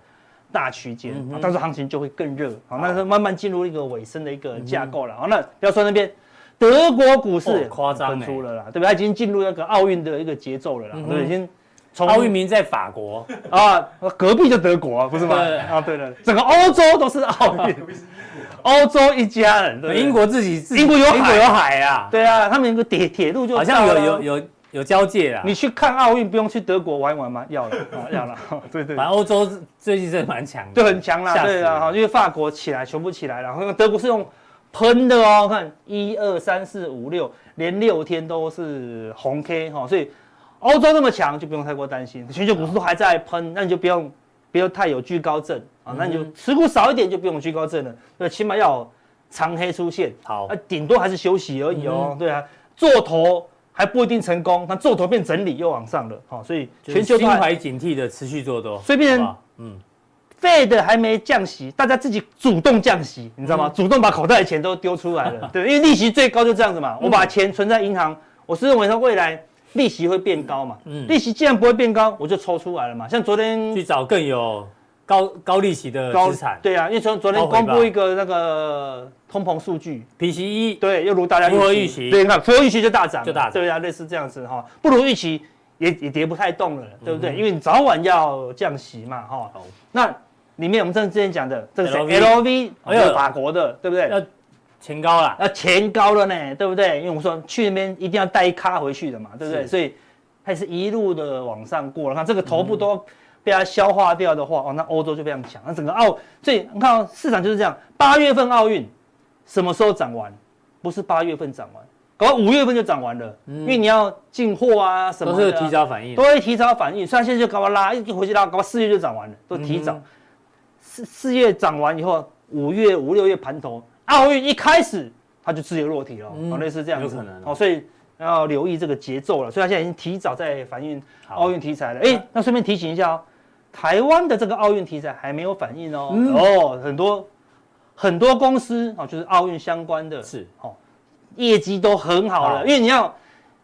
S3: 大区间，
S2: 嗯哼
S3: 啊到时候行情就会更热。好，
S2: 好嗯
S3: 那是慢慢进入一个尾声的一个架构了。哦好，那不要说那边德国股市
S2: 哦夸张
S3: 喷
S2: 欸嗯
S3: 出了啦，对不对？它已经进入那个奥运的一个节奏了啦，对不对，已经从
S2: 奥运名在法国，
S3: 啊，隔壁就德国啊，不是吗？
S2: 对
S3: 啊，对了，整个欧洲都是奥
S2: (laughs)
S3: 运，欧洲一家人，对不对
S2: 英国自己自己
S3: 英国有海
S2: 英国有海啊，
S3: 对啊，他们有个铁铁路
S2: (laughs)
S3: 就
S2: 好像
S3: 到了
S2: 有。有有有交界啦。
S3: 你去看奥运不用去德国玩一玩吗？要了，啊要了，对对对
S2: 反正欧洲最近真的蛮
S3: (laughs)
S2: 强的，
S3: 就很强啦，
S2: 吓死
S3: 对啊啦，
S2: 人
S3: 哈，因为法国起来，全部起来了，然后德国是用喷的哦，看一二三四五六，连六天都是红 K 哈、所以欧洲那么强就不用太过担心，全球股市都还在喷，那你就不用不用太有居高症啊，那你
S2: 嗯
S3: 就持股少一点就不用有居高症了，对，起码要有长黑出现，
S2: 好
S3: 啊，顶多还是休息而
S2: 嗯
S3: 已哦，对啊，做头。还不一定成功，那做头变整理又往上了，好、所以
S2: 全
S3: 全球
S2: 球
S3: 都
S2: 心
S3: 还
S2: 怀警惕的持续做多，
S3: 所以变成
S2: 好不好嗯，
S3: Fed 还没降息，大家自己主动降息，你知道吗？主动把口袋的钱都丢出来了，对，因为利息最高就这样子嘛。我把钱存在银行，我是认为说未来利息会变高嘛，
S2: 嗯
S3: 利息既然不会变高，我就抽出来了嘛。像昨天
S2: 去找更有高高利息的
S3: 高
S2: 资产
S3: 对啊，因为昨昨天
S2: 高回报
S3: 公布一个那个通膨数据，
S2: ，PCE
S3: 对，又如大家
S2: 符合
S3: 预
S2: 预期
S3: 对，你看符合预期就大涨了，
S2: 就大涨
S3: 对啊，类似这样子哈，不如预期也也跌不太动了，对不对？因为你早晚要降息嘛，哈
S2: 嗯好。
S3: 那里面我们正之前讲的这个谁
S2: LV
S3: LV，
S2: 哎
S3: 还
S2: 呦
S3: 有法国的，对不对？
S2: 要前高啦，
S3: 啊要钱高了呢，对不对？因为我们说去那边一定要带一咖回去的嘛，对不对？
S2: 是
S3: 所以它也是一路的往上过了，看这个头部
S2: 嗯
S3: 都被它消化掉的话，哦，那欧洲就非常强。那整个奥，所以你看、哦、市场就是这样，八月份奥运什么时候涨完？不是八月份涨完，搞到五月份就涨完了，因为你要进货啊什
S2: 嗯
S3: 么
S2: 都
S3: 的啊、
S2: 是有提早反应
S3: 都，会提早反应，所以它现在就搞到拉，一回去拉，搞到四月就涨完了，都提早
S2: 嗯。
S3: 四四月涨完以后，五月五六月盘头，奥运一开始它就自由落体了，
S2: 嗯
S3: 哦类似这样子，
S2: 有可能哦
S3: 哦，所以要留意这个节奏了。所以它现在已经提早在反映
S2: 好
S3: 奥运题材了。哎，那顺便提醒一下哦，台湾的这个奥运题材还没有反应哦，
S2: 嗯
S3: 哦，很多很多公司哦，就是奥运相关的，
S2: 是
S3: 哦，业绩都很好了，
S2: 好
S3: 因为你要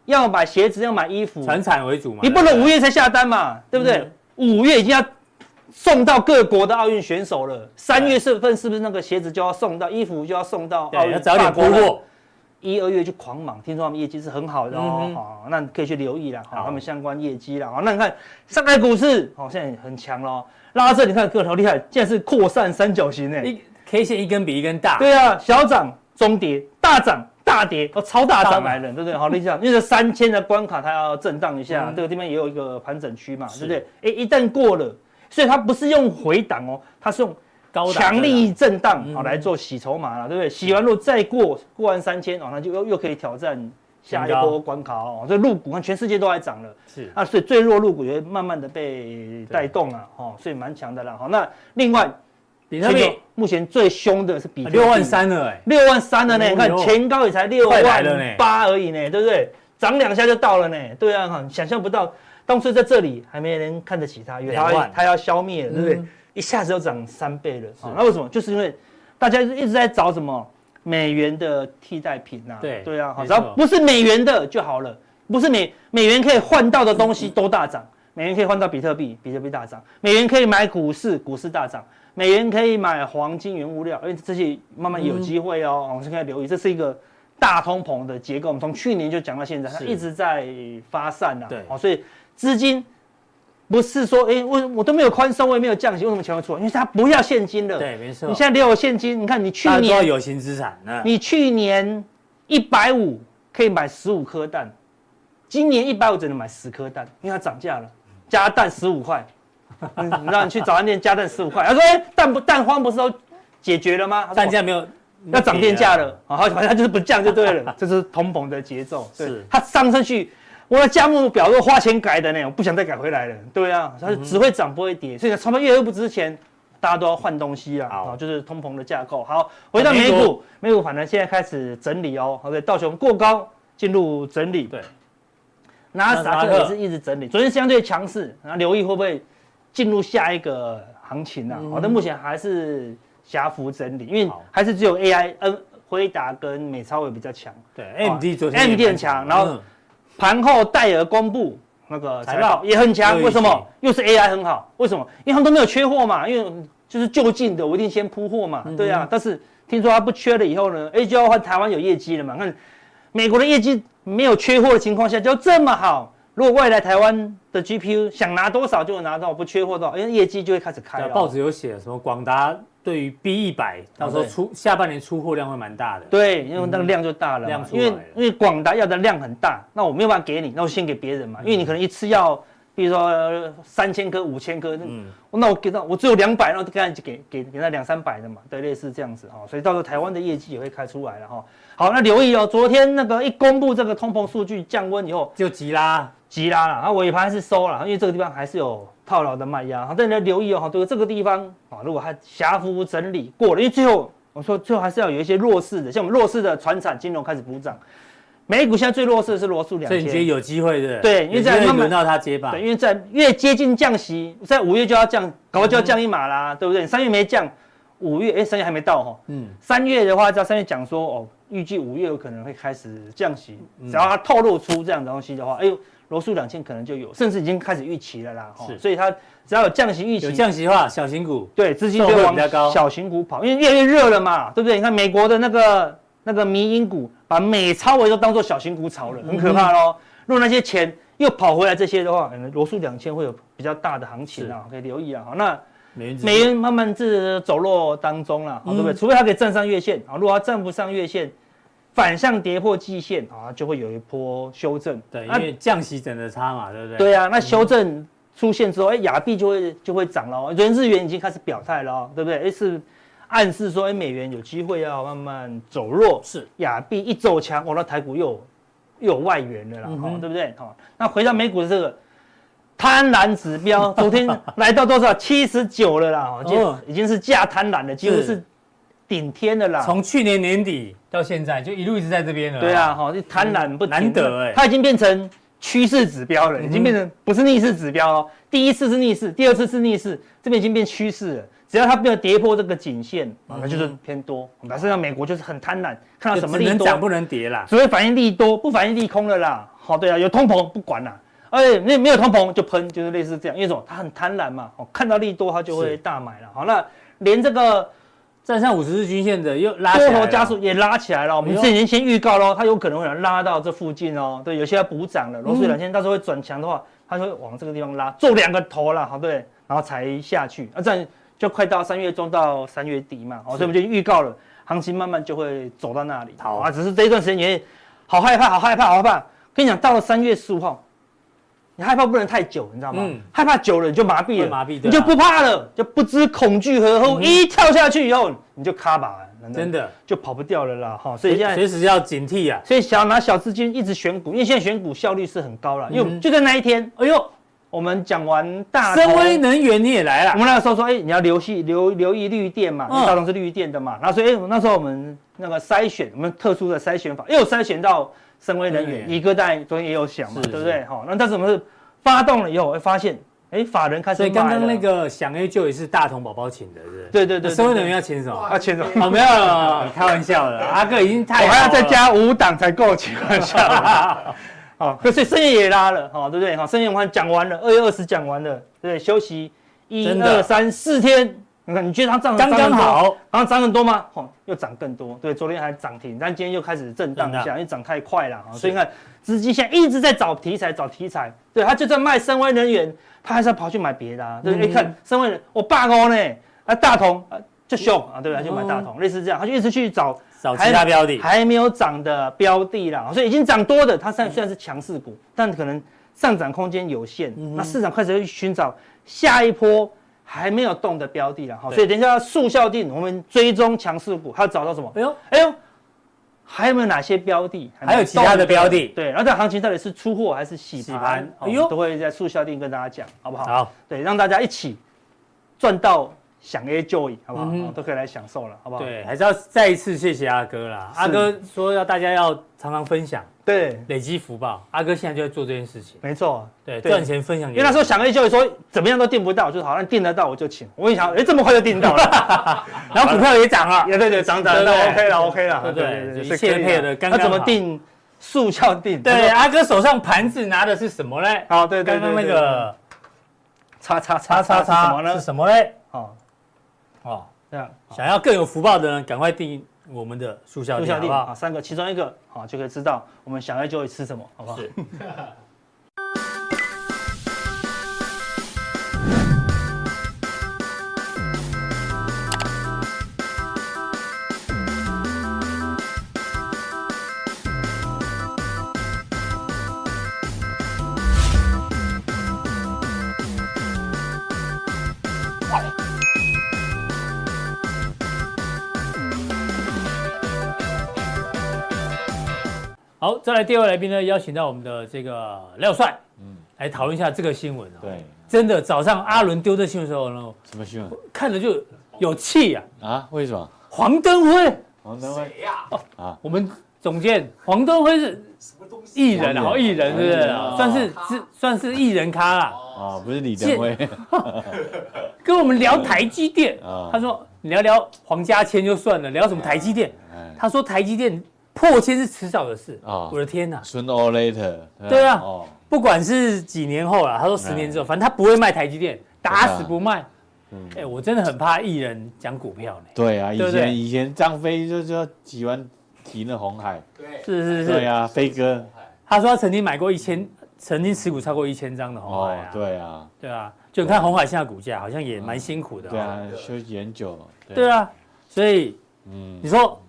S3: 要买鞋子，要买衣服，
S2: 传产为主嘛，
S3: 你不能五月才下单嘛，对不对
S2: 嗯？
S3: 五月已经要送到各国的奥运选手了，三月份是不是那个鞋子就要送到，衣服就要送到奥
S2: 对，
S3: 运
S2: 要？早点铺
S3: 法国了
S2: 货，
S3: 一二月就狂莽，听说他们业绩是很好的哦
S2: 嗯，哼
S3: 好，那你可以去留意啦，好，
S2: 好
S3: 他们相关业绩啦，哦好，那你看上海股市，好，现在很强咯，拉到这里看个头厉害，竟然是扩散三角形诶，
S2: 一 K 线一根比一根大，
S3: 对啊，小涨中跌，大涨大跌，哦，超大涨来了，对不对？好，你讲，因为这三千的关卡它要震荡一下，
S2: 嗯
S3: 这个地方也有一个盘整区嘛，对
S2: 是
S3: 不对？哎，一旦过了，所以它不是用回档哦，它是用
S2: 高档
S3: 强力震荡
S2: 嗯
S3: 好来做洗筹码了，对不对？洗完路再过过完三千哦，那就又又可以挑战下一
S2: 前高
S3: 波关卡
S2: 嗯
S3: 哦。这入股看全世界都在涨了。
S2: 是
S3: 啊，所以最弱入股也会慢慢的被带动了、哦，所以蛮强的啦。好，那另外，
S2: 比特
S3: 全球
S2: 币
S3: 目前最凶的是比特币
S2: 六万三了哎，
S3: 六万三了呢，
S2: 哦
S3: 你看
S2: 哟
S3: 前高也才六
S2: 快来
S3: 万
S2: 了呢
S3: 八而已呢，对不对？涨两下就到了呢，对啊，哈想象不到，当初在这里还没人看得起它，因为它
S2: 两万
S3: 要它要消灭了，对不对？
S2: 嗯
S3: 一下子就涨三倍了、哦那为什么？就是因为大家一直在找什么美元的替代品呐、啊，
S2: 对
S3: 对啊，哈
S2: 没
S3: 只
S2: 错
S3: 要不是美元的就好了，不是美美元可以换到的东西都大涨，美元可以换到比特币，比特币大涨，美元可以买股市，股市大涨。美元可以买黄金、原物料，因为这些慢慢有机会
S2: 嗯
S3: 哦，我们现在留意，这是一个大通膨的结构，我们从去年就讲到现在，它
S2: 是
S3: 一直在发散呐、啊，
S2: 对
S3: 哦，所以资金不是说，哎，我我都没有宽松，我也没有降息，为什么钱会出来？因为它不要现金了，
S2: 对，没错，
S3: 你现在留有现金，你看你去
S2: 大家都要
S3: 年
S2: 有形资产呢，
S3: 你去年一百五可以买十五颗蛋，今年一百五只能买十颗蛋，因为它涨价了，加蛋十五块。 (laughs) 嗯你让你去早餐店加蛋十五块，他说：“哎、蛋不蛋荒不是都解决了吗？”他说
S2: 但现在没有
S3: 要涨电价了，啊，反正它就是不降就对了， (laughs) 这是通膨的节奏。对
S2: 是，
S3: 它上升去，我的价目表都花钱改的呢，我不想再改回来了。对啊，它就只会涨不会跌，所以钞票越来越不值钱，大家都要换东西啊，
S2: 好
S3: 啊，就是通膨的架构。好，回到美
S2: 美
S3: 股
S2: 股，
S3: 美股反正现在开始整理哦，好的，道琼过高进入整理，
S2: 对，
S3: 纳斯达
S2: 纳
S3: 克
S2: 斯达克
S3: 也是一直整理，昨天相对强势，然后留意会不会进入下一个行情啊？好、但目前还是狭幅整理，因为
S2: 好
S3: 还是只有 AI、N 辉达跟美超伟比较强。
S2: 对，AMD 昨天
S3: AMD
S2: 也蛮
S3: 哦很强然后
S2: 嗯
S3: 盘后戴尔公布那个财
S2: 财
S3: 报
S2: 报
S3: 也很强，
S2: 又一
S3: 为什么
S2: 起？
S3: 又是 AI 很好，为什么？因为他们都没有缺货嘛，因为就是就近的，我一定先铺货
S2: 嗯
S3: 嘛，对啊。但是听说它不缺了以后呢，哎，就要换台湾有业绩了嘛。看美国的业绩没有缺货的情况下，就这么好。如果未来台湾的 GPU 想拿多少就拿到，不缺货到，因为业绩就会开始开
S2: 对
S3: 了。
S2: 啊报纸有写什么广达对于 B 一百，到时候
S3: 哦对
S2: 出下半年出货量会蛮大的。
S3: 对，因为那个量就大了嘛、
S2: 嗯量出
S3: 因
S2: 来
S3: 为
S2: 了
S3: 因为广达要的量很大，那我没有办法给你，那我先给别
S2: 嗯
S3: 人嘛，因为你可能一次要，比如说三千颗、五千颗，那、
S2: 嗯
S3: 那我给到我只有两百，那我给他给给给他两三百的嘛，对，类似这样子哈、哦，所以到时候台湾的业绩也会开出来了哈、好，那留意哦，昨天那个一公布这个通膨数据降温以后，
S2: 就急啦，
S3: 急拉了，然后尾盘是收了，因为这个地方还是有套牢的卖压。好，大家留意哦，对这个地方啊，如果它狭幅整理过了，因为最后我说最后还是要有一些弱势的，像我们弱势的船产金融开始补涨，美股现在最弱势的是罗素两
S2: 所以
S3: 千，
S2: 你觉得有机会的？
S3: 对因为
S2: 有机
S3: 这样
S2: 会
S3: 慢慢
S2: 轮到他接棒
S3: 对，。因为在越接近降息，在五月就要降，搞不好就要降一码啦，对不对？三月没降，五月哎，三月还没到哈、
S2: 嗯，
S3: 三月的话，在三月讲说哦，预计五月有可能会开始降息，只要它透露出这样的东西的话，哎呦，罗素两千可能就有，甚至已经开始预期了啦。哦
S2: 是
S3: 所以它只要有降息预
S2: 有
S3: 期，
S2: 降息的话，小型股
S3: 对资金
S2: 受
S3: 就
S2: 惠
S3: 会
S2: 比较高
S3: 往小型股跑，因为越来越热了嘛，对不对？你看美国的那个那个民营股，把美超维都当做小型股炒了，很可怕
S2: 嗯
S3: 喽。如果那些钱又跑回来这些的话，可能罗素两千会有比较大的行情啊，可以留意啊。好，那
S2: 美元指数
S3: 美元慢慢是走弱当中
S2: 嗯
S3: 了，好对不对？除非它可以站上月线啊，如果它站不上月线，反向跌破季线啊，就会有一波修正。
S2: 对，因
S3: 啊
S2: 为降息整的差嘛，对不对？嗯
S3: 对啊，那修正出现之后，哎，亚币就会就会涨了哦，人日元已经开始表态了哦，对不对？哎，是暗示说，哎，美元有机会要慢慢走弱，
S2: 是
S3: 亚币一走强，哦我那台股又有又有外援了啦，
S2: 嗯
S3: 哈、
S2: 哼
S3: 对不对？哈、那回到美股的这个贪婪指
S2: (laughs)
S3: 标，昨天来到多少？七十九了啦，哈、已经、
S2: 哦
S3: 已经是价贪婪了，几乎
S2: 是
S3: 是顶天了啦。
S2: 从去年年底到现在，就一路一直在这边了。
S3: 啊对啊，，哈、就贪婪不停
S2: 难得嗯欸
S3: 它已经变成趋势指标了，已经变成不是逆势指标哦。第一次是逆势，第二次是逆势，这边已经变趋势了。只要它没有跌破这个颈线，
S2: 嗯
S3: 啊，那就是偏多。表示让美国就是很贪婪，看到
S2: 就
S3: 什么
S2: 只
S3: 利
S2: 能
S3: 多
S2: 涨不能跌啦。
S3: 只会反应利多，不反应利空了啦。好，对啊，有通膨不管啦，而且那没有通膨就喷，就是类似这样，因为什么？他很贪婪嘛，哦，看到利多他就会
S2: 是
S3: 大买了。好，那连这个
S2: 站上五十日均线的又拉起
S3: 多
S2: 来
S3: 头
S2: 了
S3: 加速也拉起来了，我们
S2: 哎呦
S3: 之前先预告喽，它有可能会拉到这附近哦。对，有些要补
S2: 嗯
S3: 涨了，罗素两千到时候会转强的话，它就会往这个地方拉，做两个头啦，好对，然后才下去，啊，这样就快到三月中到三月底嘛，哦，所以我们就预告了，行情慢慢就会走到那里。
S2: 好
S3: 啊，只是这一段时间也好害怕，好害怕，好害怕。跟你讲，到了三月十五号，你害怕不能太久，你知道吗？
S2: 嗯
S3: 害怕久了你就麻痹
S2: 会
S3: 了，
S2: 麻痹对啊嗯
S3: 你就不怕了，就不知恐惧何后，一跳下去以后你就卡把了，真
S2: 真的，
S3: 就跑不掉了啦，哈，所以
S2: 随
S3: 现在，
S2: 随时要警惕啊。
S3: 所以想要拿小资金一直选股，因为现在选股效率是很高了，因为我
S2: 嗯
S3: 们就在那一天，哎呦，我们讲完大
S2: 深
S3: 同
S2: 威能源你也来
S3: 我
S2: 了，
S3: 们那个时候说，哎、你要留意留留意绿电嘛，
S2: 嗯
S3: 因为大同是绿电的嘛，然后所以、哎，我那时候我们那个筛选，我们特殊的筛选法，又有筛选到深威能源，
S2: 嗯
S3: 一哥大昨天也有想嘛，
S2: 是
S3: 对不对？哈，那但是我们是发动了以后，会发现，哎、法人开始
S2: 所以刚
S3: 买
S2: 刚
S3: 了
S2: 那个想 A 就也是大同宝宝请的，是不是？
S3: 对对对对
S2: 深威能源要请什么？
S3: 啊，钱总。
S2: 哦，没有了，开玩笑的，阿哥已经太
S3: 我还要
S2: 好了
S3: 再加五档才够情况下了。 (laughs) 好，可是深夜也拉了，好、对不对？好，深夜我们讲完了，二月二十讲完了，对不对？休息一
S2: 真的
S3: 二三四天，你看你觉得它涨
S2: 刚刚，好，
S3: 然后涨很多吗？哦，又涨更多，对，昨天还涨停，但今天又开始震荡一
S2: 震
S3: 下，
S2: 荡
S3: 因为涨太快了，哦所以你看资金现在一直在找题材，找题材，对，他就在卖深威能源，他还是要跑去买别的啊，对不对？
S2: 嗯
S3: 你看深威能，我罢工呢，啊，大同啊就凶啊，对不对？他就买大同，类似这样，他就一直去找
S2: 找其他标的，
S3: 还没有涨的标的啦，所以已经涨多的，它
S2: 嗯
S3: 虽然虽然是强势股，但可能上涨空间有限。
S2: 嗯
S3: 那市场开始会寻找下一波还没有动的标的了，好，
S2: 对
S3: 所以等一下要速效定，我们追踪强势股，还要找到什么？
S2: 哎呦，
S3: 哎呦，还有没有哪些标的？没
S2: 还有其他的标的
S3: 动对，然后这行情到底是出货还是洗
S2: 洗
S3: 盘
S2: 盘？哎
S3: 哎
S2: 呦
S3: 呦，都会在速效定跟大家讲，好不好？
S2: 好，
S3: 对，让大家一起赚到想 A 就椅，好不好、
S2: 嗯哼
S3: 哦都可以来享受了，好不好？
S2: 对，还是要再一次谢谢阿哥啦。阿哥说要大家要常常分享，
S3: 对，
S2: 累积福报。阿哥现在就在做这件事情，
S3: 没错。
S2: 对，
S3: 对
S2: 赚钱分享
S3: 因
S2: 给
S3: 为
S2: 你
S3: 那时候想 A 就椅说怎么样都订不到，就是好像订得到我就请。我一想，哎，这么快就订到
S2: (laughs)
S3: 了，
S2: 然后股票也涨了，
S3: 也对对，涨啊涨
S2: 对
S3: 那
S2: 对
S3: OK 了 OK
S2: 对
S3: 了，
S2: 对就一
S3: 是可以
S2: 切配得刚
S3: 那
S2: 刚
S3: 怎么
S2: 好
S3: 订？速效订，
S2: 对，，阿哥手上盘子拿的是什么嘞？
S3: 好，对对，
S2: 刚刚那
S3: 对对
S2: 个
S3: 叉叉
S2: 叉叉
S3: 是什么
S2: 叉是
S3: 呢？
S2: 什么嘞？
S3: 哦，
S2: 哦，
S3: 这样，
S2: 想要更有福报的人，赶快订我们的速效
S3: 陆
S2: 店
S3: 小
S2: 好
S3: 弟
S2: 不好？
S3: 啊，三个，其中一个好就可以知道我们想要就会吃什么，好不好？
S2: 是好，再来第二位来宾呢，邀请到我们的这个廖帅，嗯，来讨论一下这个新闻啊。，
S4: 对，
S2: 真的早上阿伦丢这新闻的时候呢，
S4: 什么新闻
S2: 看了就有气啊。
S4: 啊？为什么？
S2: 黄登辉，
S4: 王登辉
S2: 我们总监黄登辉是艺人啊，
S4: 黄
S2: 好
S4: 人
S2: 艺人是不是啊？
S4: 哦
S2: 算是是算是艺人咖啦。
S4: 啊，不是李登辉
S2: 跟我们聊台积电
S4: 啊，
S2: 他说你聊聊黄家千就算了，聊什么台积电？
S4: 哎
S2: 他说台积电破千是迟早的事
S4: 啊
S2: 我的天哪！
S4: ，sooner or later，吧
S2: 对啊
S4: 哦，
S2: 不管是几年后啦，他说十年之后，反正他不会卖台积电，打死不卖。
S4: 哎嗯，
S2: 哎，我真的很怕艺人讲股票呢。
S4: 对啊，以
S2: 对不对
S4: 前以前张飞就就喜欢提那红海，
S2: 是是
S4: 对
S2: 是，
S4: 啊，飞哥，
S2: 他说他曾经买过一千，曾经持股超过一千张的红海
S4: 哦
S2: 啊，。
S4: 对啊，
S2: 对啊，就你看红海现在股价好像也蛮辛苦的。
S4: 对，啊，休息很久，
S2: 对，啊，所以
S4: 嗯
S2: 你，说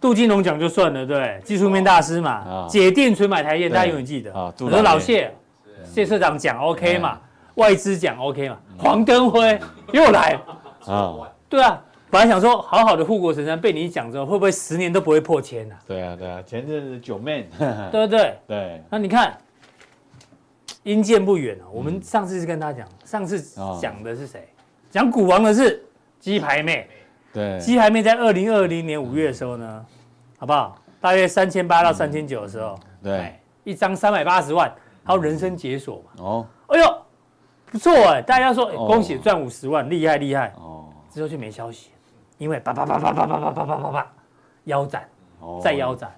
S2: 杜金龙讲就算了，对，技术面大师嘛
S4: 啊，
S2: 解电存买台电，
S4: 对
S2: 大家永远记得
S4: 啊。杜
S2: 我说
S4: 老
S2: 老
S4: 爷哎
S2: 谢，谢社长讲 OK 嘛，外资讲 OK 嘛，黄登辉又来，
S4: 啊，
S2: 对啊，本来想说好好的护国神山，被你一讲之后，会不会十年都不会破千啊？
S4: 对啊，对啊，前阵子九妹， (laughs)
S2: 对不对？
S4: 对，
S2: 那你看，因见不远啊。我们上次是跟他讲，上次讲的是
S4: 哦
S2: 谁？讲股王的是鸡排妹。
S4: 对，
S2: 鸡排妹在二零二零年五月的时候呢，好不好？大约三千八到三千九的时候，
S4: 对，
S2: 一张三百八十万，还有人生解锁嘛。
S4: 哦，
S2: 哎呦，不错哎，大家说哎
S4: 哦
S2: 恭喜赚五十万，厉害厉害。
S4: 哦，
S2: 之后就没消息，因为叭叭叭叭叭叭叭叭叭叭叭，腰斩
S4: 哦
S2: 再腰，斩。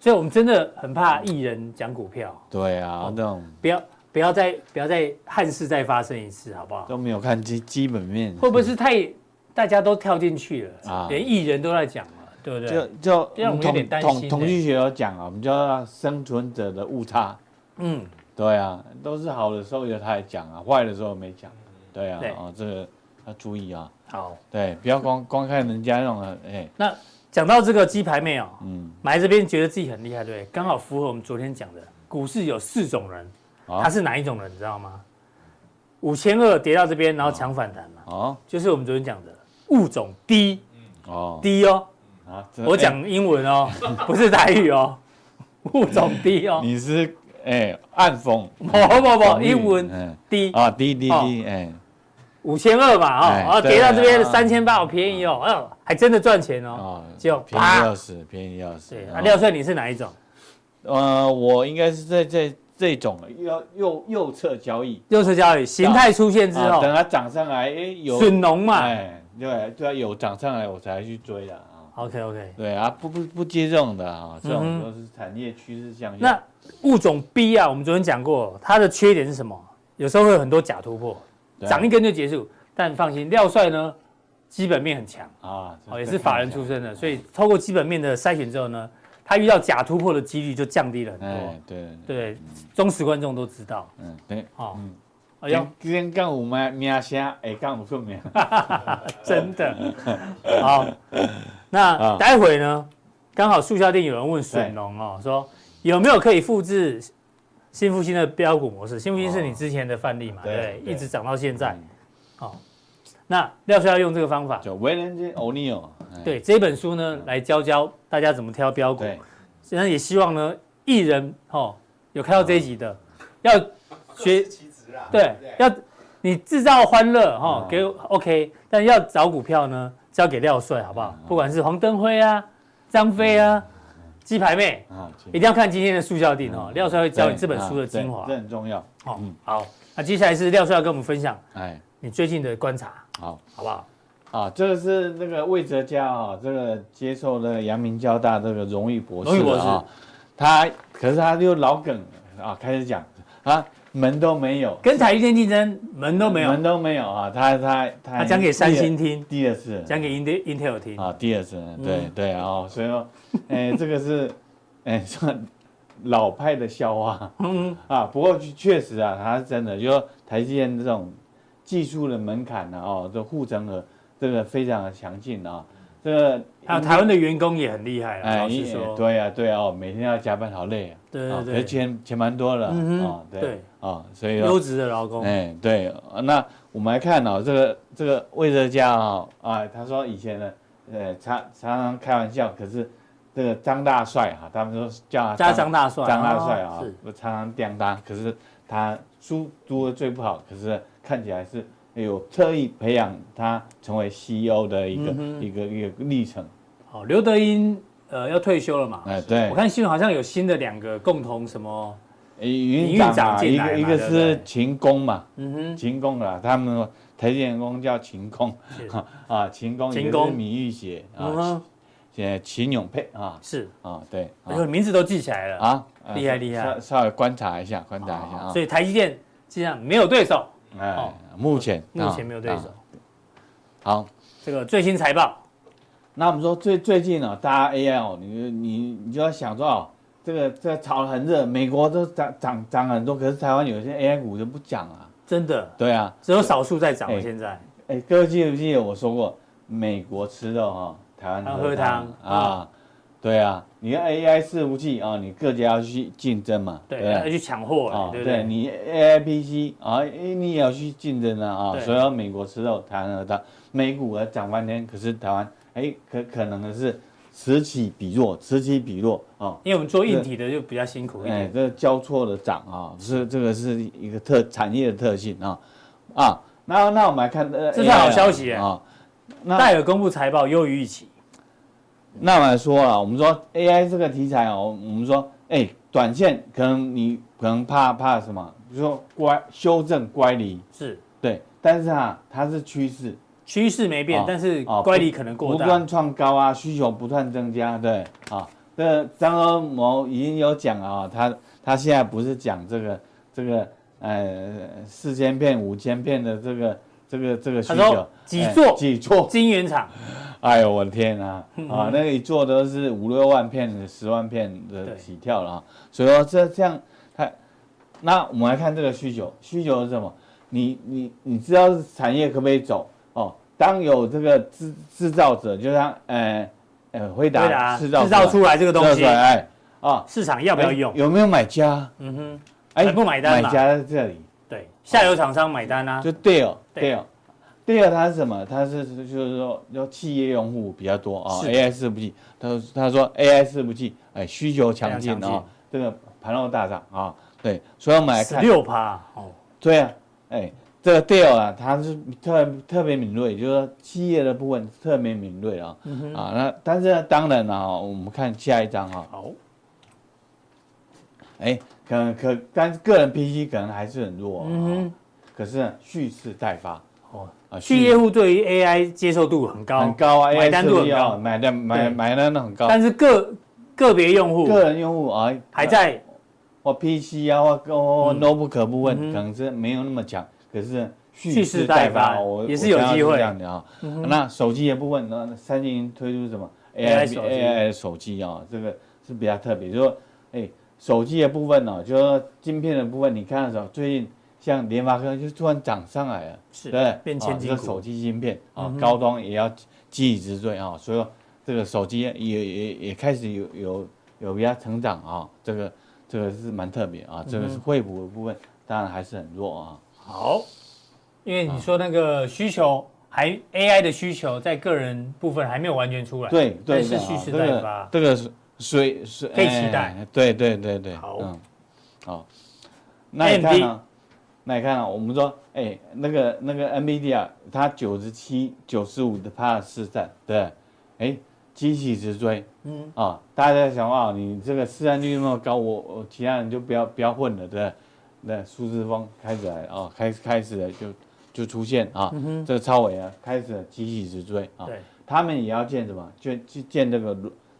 S2: 所以我们真的很怕艺人讲股票，
S4: 对啊，那种
S2: 不要不要再不要再憾事再发生一次，好不好？
S4: 都没有看基基本面，
S2: 会不会是太大家都跳进去了
S4: 啊，
S2: 连艺人都在讲了，对不
S4: 就
S2: 对？
S4: 就
S2: 这样我们有点担心
S4: 统
S2: 欸
S4: 统计学有讲啊，我们叫生存者的误差。
S2: 嗯，
S4: 对啊，都是好的时候有他来讲啊，坏的时候没讲。对啊
S2: 对，
S4: 哦，这个要注意啊。
S2: 好。
S4: 对，不要光光看人家那种很哎、
S2: 那讲到这个鸡排妹哦，
S4: 嗯，
S2: 买这边觉得自己很厉害，对不对？刚好符合我们昨天讲的，股市有四种人，
S4: 好
S2: 他是哪一种人，你知道吗？五千二跌到这边，然后强反弹嘛，
S4: 哦
S2: 就是我们昨天讲的物种低
S4: 哦
S2: 低哦，
S4: 啊，真
S2: (laughs)
S4: 的
S2: 我
S4: 哎
S2: 讲英文
S4: (laughs)
S2: 哦，不是台语哦，物种低哦，
S4: 你是哎、暗讽，
S2: (laughs) 不不不，
S4: 讽喻
S2: 英文
S4: 嗯
S2: 低
S4: 啊，滴滴
S2: 哦
S4: 滴，哎、
S2: 五千二嘛哦，
S4: 哎
S2: 然后
S4: 对
S2: 跌到这边
S4: 啊
S2: 三千八，好便宜哦，哎呦，还真的赚钱哦。
S4: 哦，
S2: 就
S4: 便宜
S2: 啪
S4: 要死，便宜要死。
S2: 对，啊，
S4: 哦
S2: 廖帅你是哪一种？
S4: 呃，我应该是在在这种右右右侧交易
S2: 右侧交易形态出现之
S4: 啊，
S2: 后
S4: 等，它涨上来，哎、有
S2: 损农嘛，
S4: 哎，对，就要有涨上来我才去追的啊。
S2: OK OK，
S4: 对啊，不不不接这种的啊，
S2: 嗯
S4: 这种
S2: 哼
S4: 都是产业趋势向
S2: 那
S4: 下。
S2: 物种 B 啊，我们昨天讲过，它的缺点是什么？有时候会有很多假突破，
S4: 对啊
S2: 涨一根就结束。但放心，廖帅呢，基本面很强，
S4: 啊，
S2: 哦，也
S4: 这
S2: 是法人出身的，所以透过基本面的筛选之后呢，他遇到假突破的几率就降低了很多
S4: 哎，。对，
S2: 哦对，忠实观众都知道。
S4: 嗯对，
S2: 哦
S4: 嗯，
S2: 哎呦，
S4: 今天杠五名名声，哎杠五个名，
S2: 真的。好，那
S4: 哦啊
S2: 待会呢，刚好速效店有人问笋农
S4: 哎
S2: 哦，说有没有可以复制新复兴的标股模式？新复兴是你之前的范例嘛，
S4: 对
S2: 对不对，
S4: 哦对嗯
S2: 一直涨到现在。好，那廖帅要用这个方法。
S4: 叫维伦金欧尼尔，哎
S2: 对这本书呢，来教教大家怎么挑标股。
S4: 对，
S2: 那也希望呢，艺人哦，有看到这一集的，要学
S5: 其职啦，
S2: 对
S5: 不，
S2: 要你制造欢乐哈、
S4: 嗯
S2: 给我 OK，但要找股票呢，交给廖帅好不好？不管是黄登辉啊、张飞啊、鸡排妹，
S4: 啊，请
S2: 一定要看今天的速效定哦。廖帅会教你
S4: 对
S2: 这本书的
S4: 啊嗯对
S2: 精华
S4: 这。很重要。
S2: 哦
S4: 嗯，
S2: 好，那接下来是廖帅要跟我们分享
S4: 哎，
S2: 你最近的观察，
S4: 好
S2: 好不好？
S4: 啊，这个是那个魏哲家啊，这个接受了阳明交大这个荣誉博
S2: 荣
S4: 士
S2: 誉博
S4: 的
S2: 士
S4: 啊，他可是他又老梗了啊，开始讲啊，门都没有，
S2: 跟台积电竞争门都没有
S4: 门，都没有啊，他他他
S2: 他讲给三星听，
S4: 第二第二次
S2: 讲给 Intel Intel 听，
S4: 啊，第二次，
S2: 嗯
S4: 对对哦，所以说，哎，这个是哎算老派的笑话。
S2: 嗯，
S4: (laughs) 啊，不过确确实啊，它是真的，就说台积电这种技术的门槛呢、啊，哦，这护城河这个非常的强劲啊，这个
S2: 还有台湾的员工也很厉害啊，老
S4: 哎
S2: 实，说，
S4: 对啊，对啊，哦，每天要加班，好累啊，
S2: 对
S4: 啊
S2: 对
S4: 可是
S2: 对，
S4: 钱钱蛮多了啊、
S2: 嗯哼
S4: 哦对
S2: 对
S4: 啊，所以
S2: 优
S4: 说，
S2: 质的劳工，
S4: 哎，对，那我们来看哦，这个这个魏哲家啊、啊，他说以前呢，呃，常常常开玩笑，可是这个张大帅啊，他们都叫他
S2: 加张大帅，
S4: 张大帅啊
S2: 哦是，
S4: 我常常刁他，可是他书读的最不好，可是看起来是有特意培养他成为 CEO 的一个、
S2: 嗯
S4: 一个一个历程。
S2: 好，刘德英呃要退休了嘛，
S4: 哎，对
S2: 哦我，看新闻好像有新的两个共同什么，
S4: 营
S2: 营运
S4: 运长
S2: 长
S4: 嘛，
S2: 进
S4: 一
S2: 来嘛
S4: 个一个
S2: 对不对
S4: 是秦工嘛，
S2: 嗯哼，
S4: 秦工啦，他们台积电工叫秦工
S2: 是
S4: (laughs) 啊，秦工
S2: 秦
S4: 也
S2: 工
S4: 是米玉杰
S2: 嗯
S4: 啊，
S2: 哼，
S4: 现在秦永佩啊
S2: 是，
S4: 啊，对
S2: 哎呦，
S4: 啊
S2: 名字都记起来了，
S4: 啊，呃
S2: 厉害厉害
S4: 稍稍微观察一下，观察一下
S2: 好
S4: 啊
S2: 所，以台积电既然没有对手，
S4: 哎
S2: 哦，
S4: 目前
S2: 目前没有对
S4: 啊
S2: 手，
S4: 啊好。
S2: 这个最新财报，
S4: 那我们说最最近呢、大家 AI 哦，你你你就要想说哦，这个这个炒得很热，美国都涨涨涨很多，可是台湾有些 AI 股就不涨啊。
S2: 真的
S4: 对啊，
S2: 只有少数在涨，
S4: 哎
S2: 现在
S4: 哎，各位记不记得我说过，美国吃肉哈、台湾
S2: 喝
S4: 喝汤
S2: 汤
S4: 啊？对啊，你看 AI 伺服器啊，你各家要去竞争嘛，
S2: 对
S4: 对
S2: 要
S4: 不
S2: 去
S4: 对？
S2: 抢货
S4: 啊
S2: 了，，对不
S4: 对
S2: 对？
S4: 你 AIPC 啊，哎你也要去竞争啊啊，
S2: 对
S4: 所以说美国吃肉，台湾喝汤，美股啊涨半天，可是台湾哎可可能的是此起彼落，此起彼落啊，
S2: 因为我们做硬体的就比较辛苦一
S4: 哎，
S2: 点，
S4: 这交错的涨啊，是这个是一个特产业的特性啊啊，那那我们来看，呃
S2: 这是好
S4: AI 啊
S2: 消息耶
S4: 啊。那
S2: 戴尔公布财报优于预期，
S4: 那我们来说啊，我们说 AI 这个题材哦，我们说，哎，短线可能你可能怕怕什么，比如说乖修正乖离，
S2: 是
S4: 对，但是啊，它是趋势，
S2: 趋势没变
S4: 哦，
S2: 但是
S4: 哦
S2: 乖离可能过
S4: 不
S2: 大
S4: 断，创高啊，需求不断增加，对啊。这张欧谋已经有讲啊，他他现在不是讲这个这个呃四千片五千片的这个这个这个需
S2: 他说
S4: 求，
S2: 几
S4: 哎
S2: 座
S4: 几座，
S2: 晶圆厂
S4: 哎呦我的天啊
S2: 嗯
S4: 啊，那一座都是五六万片、十万片的
S2: 对
S4: 起跳了啊，所以说这这样它，那我们来看这个需求，需求是什么？你你你知道产业可不可以走哦？当有这个制制造者，就像呃呃回
S2: 对的
S4: 答
S2: 啊，
S4: 制
S2: 制
S4: 造
S2: 造出
S4: 来
S2: 来这个东
S4: 制
S2: 西
S4: 造出，来哎啊，
S2: 市场要不要用
S4: 哎？有没有买家？
S2: 嗯哼，
S4: 哎，
S2: 买不买单嘛
S4: 买家在这里，
S2: 对，下游厂商买单啊，
S4: 就 deal
S2: 对
S4: deal deal 它是什么？它是就是说，就企业用户比较多啊、
S2: 是
S4: a i 伺服器，他他说 AI 伺服器，哎，需求强劲
S2: 非常
S4: 啊、
S2: 强劲
S4: 这个盘后大涨啊、对，所以我们来
S2: 十
S4: 看，
S2: 六趴哦，
S4: 对啊，哎，这个 deal 啊，它是特特别敏锐，就是说企业的部分特别敏锐啊、
S2: 嗯
S4: 啊，那但是呢，当然了、啊，我们看下一张啊，
S2: 好，
S4: 哎，可能可但是个人 PC 可能还是很弱啊、
S2: 嗯
S4: 可是呢蓄势待发
S2: 哦
S4: 啊，
S2: 企业户对于 AI 接受度很高，
S4: 很高啊，
S2: 买单度很
S4: ASP 啊
S2: 高
S4: 买单买
S2: 对
S4: 买单都很高。
S2: 但是个个别用户
S4: 个人用户啊，
S2: 还在
S4: 或 PC 啊，或或
S2: 嗯
S4: notebook 可部分
S2: 嗯哼
S4: 可能是没有那么强，可是
S2: 蓄势待发
S4: 我
S2: 也是有
S4: 我想要
S2: 机会嗯
S4: 这样的啊。那手机的部分，那三星推出什么
S2: AI
S4: AI
S2: 手机
S4: AI 手机啊，这个是比较特别，就是说哎，手机的部分呢，啊就是说晶片的部分，你看的时候，最近像联发科就突然涨上来了。
S2: 是
S4: 对不对，
S2: 变
S4: 啊
S2: 千金嗯
S4: 这个手
S2: 股，
S4: 机芯片啊，高端也要继以之最啊，所以说这个手机也也也开始有有有比较成长啊，这个这个是蛮特别啊，这
S2: 嗯
S4: 个是惠普的部分，当然还是很弱啊。
S2: 好，因为你说那个需
S4: 嗯
S2: 求还 AI 的需求在个人部分还没有完全出来，
S4: 对对，
S2: 但是
S4: 对啊
S2: 蓄势
S4: 这
S2: 待
S4: 个
S2: 发
S4: 这个是水水
S2: 可以期待。
S4: 哎对对对对，
S2: 好
S4: 嗯，好，那你看呢？那你看啊，我们说，哎，那个那个 NVIDIA 啊它九十七、九十五的帕市占，对，哎，激起直追，嗯啊，大家在想啊，你这个市占率那么高，我我其他人就不要不要混了，对，那苏志峰开始来啊，开开始了就就出现啊，
S2: 嗯
S4: 这个超伟啊开始了激起直追啊，
S2: 对，
S4: 他们也要建什么？建建这个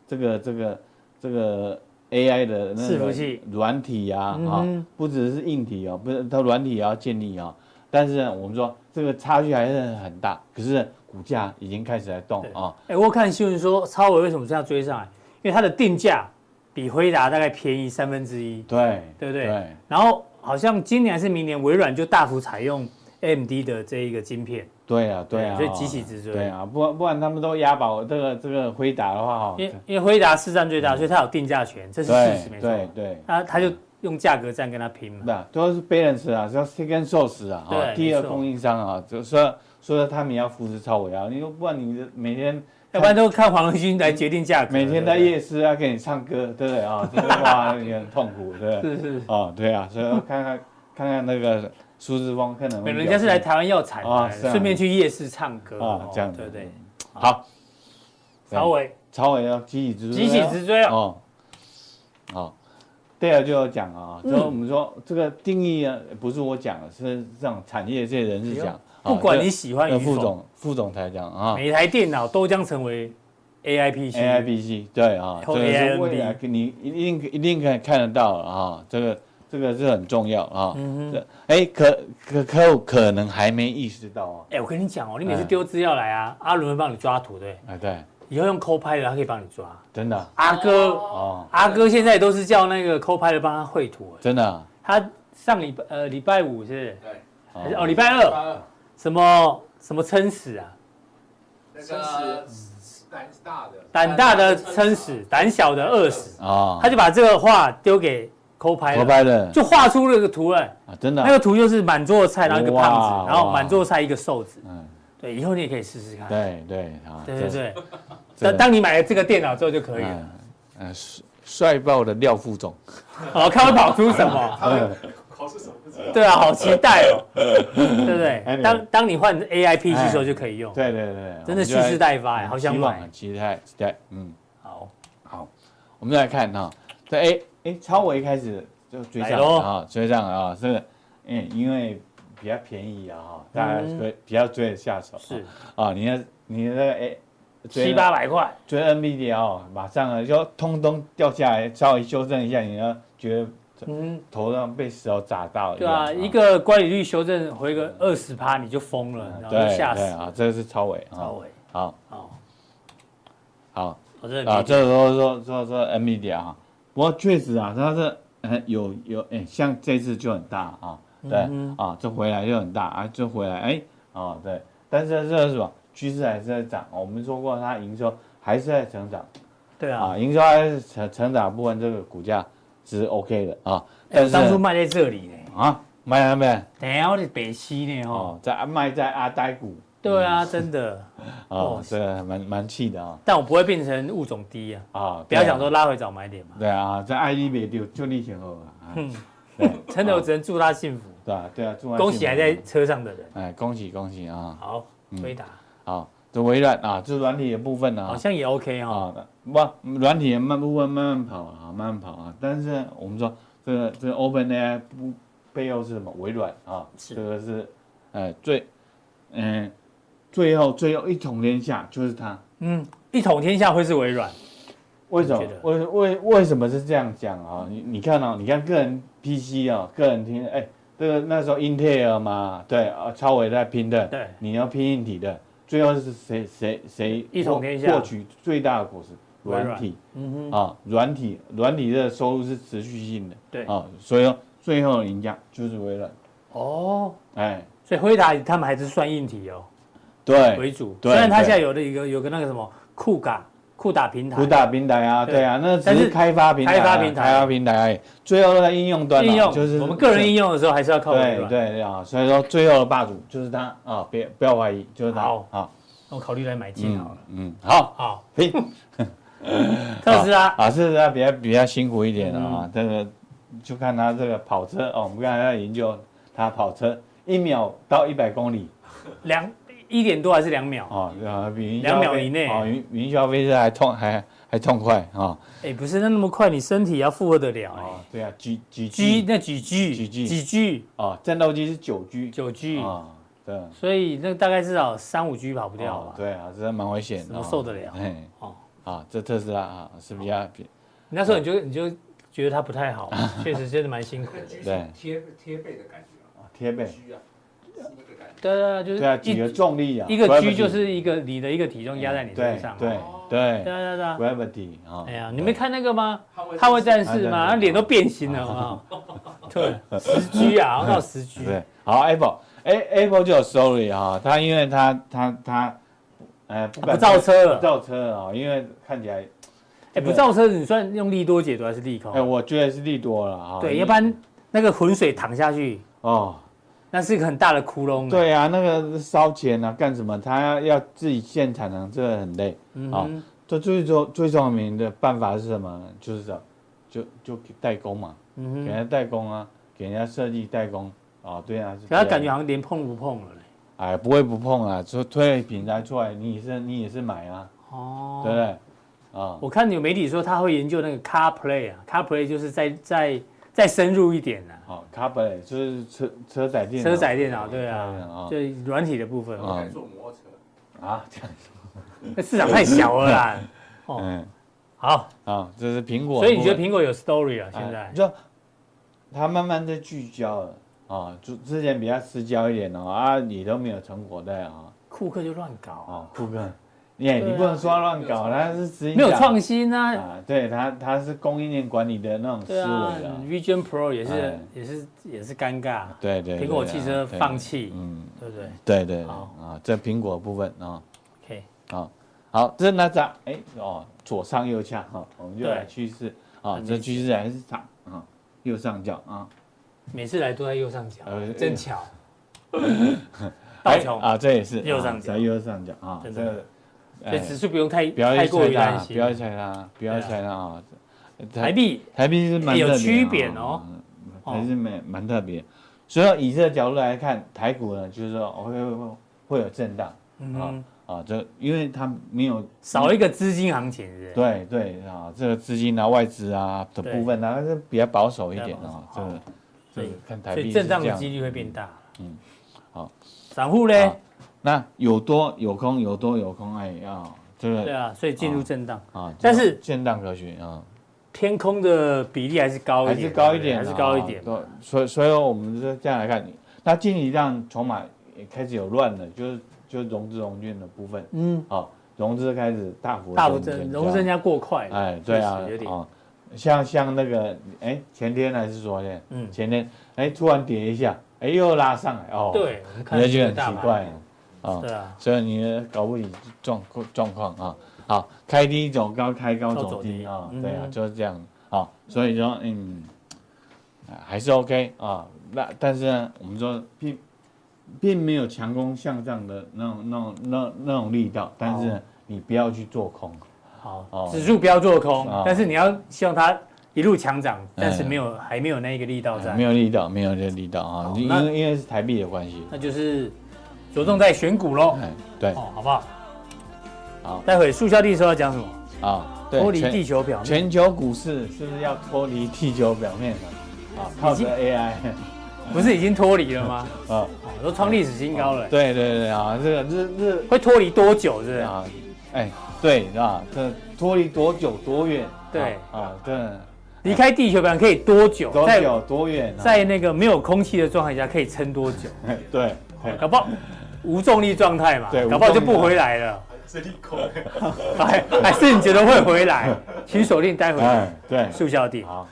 S4: 这个这个这个 AI 的那
S2: 伺服
S4: 个
S2: 器嗯
S4: 软体呀啊、不只是硬体哦，不是它软体也要建立啊、但是呢，我们说这个差距还是很大，可是呢股价已经开始在动啊、
S2: 哎、我看新闻说超伟为什么这样追上来？因为它的定价比辉达大概便宜三分之一，
S4: 对
S2: 对不对？
S4: 对
S2: 然后好像今年还是明年，微软就大幅采用 AMD 的这一个晶片，
S4: 对啊对啊，
S2: 所以
S4: 哦
S2: 急起直追
S4: 对啊，不然不然他们都押宝这个这个辉达的话哦，嗯
S2: 因为因为辉达市占最大，所以它有定价权，这是事实没错。
S4: 对对对，
S2: 那它就用价格战跟它拼嘛。
S4: 那都是 balance 啊，叫 second source 啊，
S2: 对
S4: 哈，第二
S2: 没错
S4: 供应商啊，就说说他们要扶持超伟啊，你说不然你的每天
S2: 要不然都看黄仁勋来决定价格。
S4: 每天
S2: 对
S4: 在
S2: 不对
S4: 夜市要给你唱歌，对不对啊？这个哇，也很痛苦，对不对？
S2: 是是，
S4: 哦，对啊，所以要看看看看那个苏志峰，看能不
S2: 没
S4: 能
S2: 有
S4: 有
S2: 人家是来台湾要产
S4: 啊
S2: 的，
S4: 是啊
S2: 顺便去夜市唱歌哦
S4: 啊这样子
S2: 对不对？
S4: 好，
S2: 稍微
S4: 超伟要急起直追
S2: 急
S4: 啊，
S2: 起直追哦。
S4: 哦，好，第二就要讲啊，
S2: 嗯
S4: 就是我们说这个定义啊，不是我讲的，是这种产业界人士讲啊，
S2: 不管
S4: 这
S2: 你喜欢
S4: 那
S2: 与
S4: 呃副
S2: 否，
S4: 总副总才讲啊，
S2: 每一台电脑都将成为 AI PC。
S4: A I B C 对啊，这
S2: 或
S4: 个是
S2: AINB
S4: 未来你一定一定可以看得到啊，这个这个是很重要啊。
S2: 嗯
S4: 这哎，可可客户可能还没意识到啊。
S2: 哎，我跟你讲哦，你每次丢资料来啊，阿伦会帮你抓图，对不
S4: 哎，对，
S2: 对，以后用 Copilot 他可以帮你抓。
S4: 真的
S2: 阿哥，
S4: 哦，
S2: 阿哥现在都是叫那个 Copilot 帮他绘图。哎
S4: 真的啊
S2: 他上礼拜呃礼拜五是
S5: 对，
S2: 不是还是哦礼拜二什么什么撑死啊，
S5: 那个胆大的，
S2: 胆大的撑死，胆小的饿死。
S4: 哦，
S2: 他就把这个画丢给 Copilot，
S4: 合拍的
S2: 就画出了个图案。
S4: 啊，真的啊
S2: 那个图就是满桌菜，然后一个胖
S4: 哇
S2: 子，然后
S4: 哇
S2: 满桌菜一个瘦子。
S4: 嗯，
S2: 对，以后你也可以试试看。
S4: 对对啊，
S2: 对对对，
S4: 这
S2: 当当你买了这个电脑之后就可以了。
S4: 嗯嗯，帅帅爆的廖副总，
S2: 哦，看会跑出什
S4: (laughs)
S2: 么？
S5: 考试什么不知道？
S2: 对啊，好期待哦，对不对？
S4: Anyway 哎
S2: 当当你换 A I P C 时候就可以用。
S4: 对对对，
S2: 真的蓄势待发哎好想买
S4: 期待期待，嗯，
S2: 好，
S4: 好，我们再来看哈，这哎哎，超我一开始就追上
S2: 来咯
S4: 了啊，追上了啊，这个嗯，因为比较便宜啊哈，大家追比较追得下手啊
S2: 嗯是
S4: 啊，你看你那个哎追
S2: 七八百块，
S4: 追 NVD 啊，马上啊就通通掉下来，稍微修正一下，你要觉得
S2: 嗯，
S4: 头上被石头砸到
S2: 对
S4: 样
S2: 啊，一个管理率修正回个二十趴你就疯了，然后就
S4: 嗯对
S2: 吓
S4: 对
S2: 死。
S4: 啊，这个是超伟啊，
S2: 超伟，
S4: 好
S2: 哦，
S4: 好。
S2: 我真的
S4: 啊，
S2: 没
S4: 这时候说说说 NVIDIA 啊，不过确实啊，它是很有有哎、像这次就很大啊，对、
S2: 嗯
S4: 啊，这回来就很大啊，这回来哎啊对，但是这是什么趋势还是在涨，我们说过它营收还是在成长
S2: 对啊，
S4: 啊，营收还是成成长部分这个股价是 OK 的啊，
S2: 哎
S4: 但
S2: 我
S4: 是、
S2: 当初卖在这里呢，
S4: 啊卖了没
S2: 等一下我得北西呢哦。
S4: 哦，在卖在阿呆股
S2: 对啊，真的，
S4: 啊
S2: 哦，
S4: 这个蛮蛮气的啊
S2: 但我不会变成物种低啊，
S4: 啊，
S2: 不要
S4: 对啊
S2: 想说拉回早买点嘛，
S4: 对啊，在爱丽别丢就立前后啊，
S2: 嗯
S4: 对
S2: 真的我只能祝他幸福，
S4: 对啊，对啊，祝安
S2: 恭喜
S4: 幸
S2: 还
S4: 福
S2: 在车上的人。
S4: 哎，恭喜恭喜啊！
S2: 好，回答
S4: 好，这微软啊，这软体的部分呢、
S2: 好
S4: 啊，
S2: 像也 OK 哦哈，
S4: 不，软体的慢部分慢慢跑啊，慢慢跑啊。但是我们说这个这个 OpenAI 不背后是什么？微软啊，
S2: 是
S4: 这个是呃最嗯、最后最后一统天下就是它。
S2: 嗯，一统天下会是微软，
S4: 为什么
S2: 你觉得？
S4: 为为为什么是这样讲啊？你你看哦，你看个人 PC 啊、个人听，哎，这个那时候 Intel 嘛，对啊，超伟在拼的，
S2: 对
S4: 你要拼硬体的，最后是谁谁谁
S2: 一统
S4: 获
S2: 天下
S4: 获取最大的果实，
S2: 微软
S4: 软体
S2: 嗯
S4: 啊，软体软体的收入是持续性的，
S2: 对
S4: 啊，所以说最后赢家就是微软，
S2: 哼，哦，
S4: 哎，
S2: 所以辉达他们还是算硬体哦为
S4: 对，
S2: 主，虽
S4: 对
S2: 然它
S4: 对
S2: 现在有的一个有个那个什么酷嘎酷打平台
S4: 不，大平台啊，
S2: 对
S4: 对啊，那只
S2: 但
S4: 是
S2: 是
S4: 开发平台啊，
S2: 开发平台
S4: 开发平台而已，最后在应用端啊
S2: 应用
S4: 就是
S2: 我们个人应用的时候还是要靠微
S4: 对
S2: 软，
S4: 对啊，所以说最后的霸主就是他啊，别不要怀疑，就是他
S2: 好
S4: 啊，
S2: 那我考虑来买进好
S4: 嗯
S2: 了。
S4: 嗯，好，
S2: 好， (laughs)
S4: 嘿，
S2: 特斯拉
S4: 啊，是他比
S2: 嗯
S4: 较比较辛苦一点啊，这个就看他这个跑车哦，我们刚才在研究它跑车一秒到一百公里
S2: 两一点多还是两秒？
S4: 哦，呃，比云霄
S2: 两秒
S4: 飞
S2: 以内
S4: 哦，云云霄飞车还痛还还痛快啊、哦！
S2: 哎，不是那那么快，你身体要负荷得了
S4: 哦
S2: 哎。，
S4: 对啊，G G
S2: G 那几 G
S4: 几 G
S2: 几 G
S4: 哦，战斗机是九 G
S2: 九 G，
S4: 啊，对啊，
S2: 所以那大概至少三五 G 跑不掉
S4: 哦
S2: 吧？
S4: 对啊，这蛮危险的，
S2: 怎么
S4: 哦
S2: 受得了
S4: 哎，
S2: 哦
S4: 啊，这特斯拉啊是比较比
S2: 那时候你就你就觉得它不太好，
S4: 啊
S2: 确实真的蛮辛苦的。
S5: G
S4: (laughs) 对
S5: 是贴贴背的感觉啊
S4: 贴背，
S5: ，G 啊，是那个感觉。
S2: 对对，对就是
S4: 对啊，几个重力啊，
S2: 一一个 G
S4: gravity
S2: 就是一个你的一个体重压在你身上嘛。
S4: 嗯对
S5: 哦
S4: 对
S2: 对
S4: 对
S2: 啊对啊对啊。
S4: ，gravity 啊，
S2: 哎呀，你没看那个吗？捍
S5: 捍
S2: 卫
S5: 卫战
S2: 战士嘛，
S4: 啊对对对
S2: 他脸都变形了啊！
S4: (laughs)
S2: 对，十 G 啊，好像到十 G。
S4: 对，好，Apple，哎，Apple 就有 Sorry 哈，它因为它它它，呃，不敢
S2: 啊不造车了
S4: 不造车啊，因为看起来，
S2: 哎，不造车，你算用力多解读还是利
S4: 哎，
S2: 空？啊
S4: 我觉得是利多了啊，
S2: 哦对，
S4: 因
S2: 要不然那个浑水淌下去，
S4: 哦，
S2: 那是一个很大的窟窿。，
S4: 对啊，那个烧钱啊，干什么？他要要自己现产能，这个很累。
S2: 嗯
S4: 好
S2: 哼，
S4: 这最重最重明的办法是什么呢？就是这样，就就代工嘛，
S2: 嗯
S4: 给
S2: 哼，
S4: 人家代工啊，给人家设计代工啊，对啊。是
S2: 可他
S4: 比较
S2: 感觉好像连碰不碰了嘞。
S4: 哎，不会不碰啊，就推品牌出来，你也是你也是买啊，
S2: 哦，
S4: 对不对？啊，
S2: 我看有媒体说他会研究那个 CarPlay 啊，CarPlay 就是再再再深入一点啊，
S4: 好 c a r p l a y 哦就是车车载电脑哦
S2: 车载电脑对
S4: 对啊
S2: 啊
S4: 啊，
S2: 就软体的部分，
S5: 不敢坐摩托车，
S4: 啊， (laughs) 这样
S2: 那市场太小了
S4: (laughs)
S2: 啦。哦，
S4: 嗯，
S2: 好，
S4: 啊，这是苹果的部分，
S2: 所以你觉得苹果有 story 啊？现
S4: 哎
S2: 在
S4: 就他慢慢在聚焦了啊，就之前比较失焦一点哦啊，你都没有成果在啊
S2: 库克就乱搞，
S4: 啊，库克，你也、你不能说乱搞，他是执行
S2: 啊没有
S4: 长
S2: 创新啊。
S4: 啊，对他他是供应链管理的那种思
S2: 对
S4: 维
S2: 啊
S4: 啊，
S2: ，Vision Pro 也是
S4: 哎
S2: 也是也是尴尬，
S4: 对对，
S2: 苹果
S4: 对
S2: 汽车放弃
S4: 对嗯，
S2: 对不对
S4: 对对对
S2: 好
S4: 啊，这苹果的部分啊。
S2: ？OK，
S4: 好，好，这那咱哎哦，左上右下哈、我们就
S2: 对
S4: 来趋势啊
S2: 很，
S4: 这
S2: 明
S4: 趋势还是长啊、右上角啊，
S2: 每次来都在右上角
S4: 呃，
S2: 真巧。
S4: 哎
S2: 道琼，
S4: 啊，这也是
S2: 右上角
S4: 啊在右上角啊，
S2: 真
S4: 这
S2: 的
S4: 个
S2: 这
S4: 哎
S2: 指数不用太
S4: 不要
S2: 太
S4: 去
S2: 过
S4: 猜
S2: 于担
S4: 它，
S2: 心。
S4: 不要去猜它，不要
S2: 对啊
S4: 去猜它啊。
S2: 台币
S4: 台币是蛮
S2: 有
S4: 特别
S2: 区
S4: 的
S2: 别
S4: 啊
S2: 哦，哦
S4: 还是蛮蛮特别。所以说以这个角度来看，台股呢，就是说会会会会有震荡
S2: 嗯
S4: 啊
S2: 哼，
S4: 啊，这因为它没有
S2: 少一个资金行情是不是，
S4: 对对啊，这个资金啊、外资啊的
S2: 对
S4: 部分啊，还是比较保守一点
S2: 比较保
S4: 啊。
S2: 守
S4: 这
S2: 好
S4: 个这
S2: 所以
S4: 个看台
S2: 所
S4: 币
S2: 以
S4: 是
S2: 震荡
S4: 这
S2: 的
S4: 样
S2: 几率哎会变大。
S4: 嗯，好，
S2: 散户
S4: 啊
S2: 嘞，
S4: 那有多有空，有多有空，哎啊，这
S2: 对
S4: 个
S2: 啊，所以进入震荡，
S4: 啊，
S2: 但
S4: 这个
S2: 是
S4: 震荡格局啊，
S2: 偏空的比例还是高一
S4: 还
S2: 点，
S4: 是高一点
S2: 还
S4: 啊，
S2: 是高一点。
S4: 对，所以所以我们是这样来看，那近期让筹码也开始有乱了，就是就是融资融券的部分
S2: 嗯，
S4: 啊，融资开始大幅
S2: 大幅
S4: 地
S2: 增，
S4: 增
S2: 融资增加过快，
S4: 哎，对啊
S2: 确实有，点
S4: 啊，像像那个，哎，前天还是昨天，
S2: 嗯
S4: 前天，哎，突然跌一下，哎，又拉上来，哦，，
S2: 对，我们看
S4: 你就觉得
S2: 这个大
S4: 很
S2: 盘
S4: 奇怪，啊，
S2: 对啊，
S4: 所以你搞不清状状况啊，好，开低走高，开高
S2: 高
S4: 走
S2: 走低
S4: 低啊，
S2: 嗯
S4: 对啊，就是这样，啊，所以说，嗯，啊还是 OK 啊，那但是呢，我们说并并没有强攻向上的那种那种那那种力道，但是呢你不要去做空。
S2: 好
S4: 哦，
S2: 指数不要做空
S4: 哦，
S2: 但是你要希望它一路强涨，但是没有还没有那一个力道在
S4: 哎没，有力道，没有这力道啊，
S2: 好
S4: 因
S2: 那
S4: 为因为是台币的关系。
S2: 那就是着重在选股喽，
S4: 哎，对
S2: 哦，好不好？
S4: 好
S2: 待会速效力说要讲什么？
S4: 啊，对，
S2: 脱离
S4: 全
S2: 地球表面，
S4: 全球股市是不是要脱离地球表面了？啊，靠
S2: 已经
S4: 着 AI
S2: 不是已经脱离了吗？
S4: 啊，
S2: 哦都创历史新高了，
S4: 对对对啊，这个日
S2: 会脱离多久？是不
S4: 日
S2: 是？
S4: 啊，哎，对啊，这脱离多久多远？
S2: 对
S4: 啊，这
S2: 离开地球表面可以多久？
S4: 多
S2: 在
S4: 久多远啊？
S2: 在那个没有空气的状态下可以撑多
S4: (laughs)
S2: 久？
S4: 哎 (laughs) 对
S2: (laughs) 哦搞不好无重力状态嘛，
S4: 对
S2: 搞不好
S4: 无
S2: 就
S4: 重力
S2: 不回来了。
S5: 这利空欸。
S2: 哎
S4: (laughs)
S2: 还还是你觉得会回来？请锁定待会
S4: 哎
S2: 儿
S4: 对，
S2: 速效地。
S4: 好，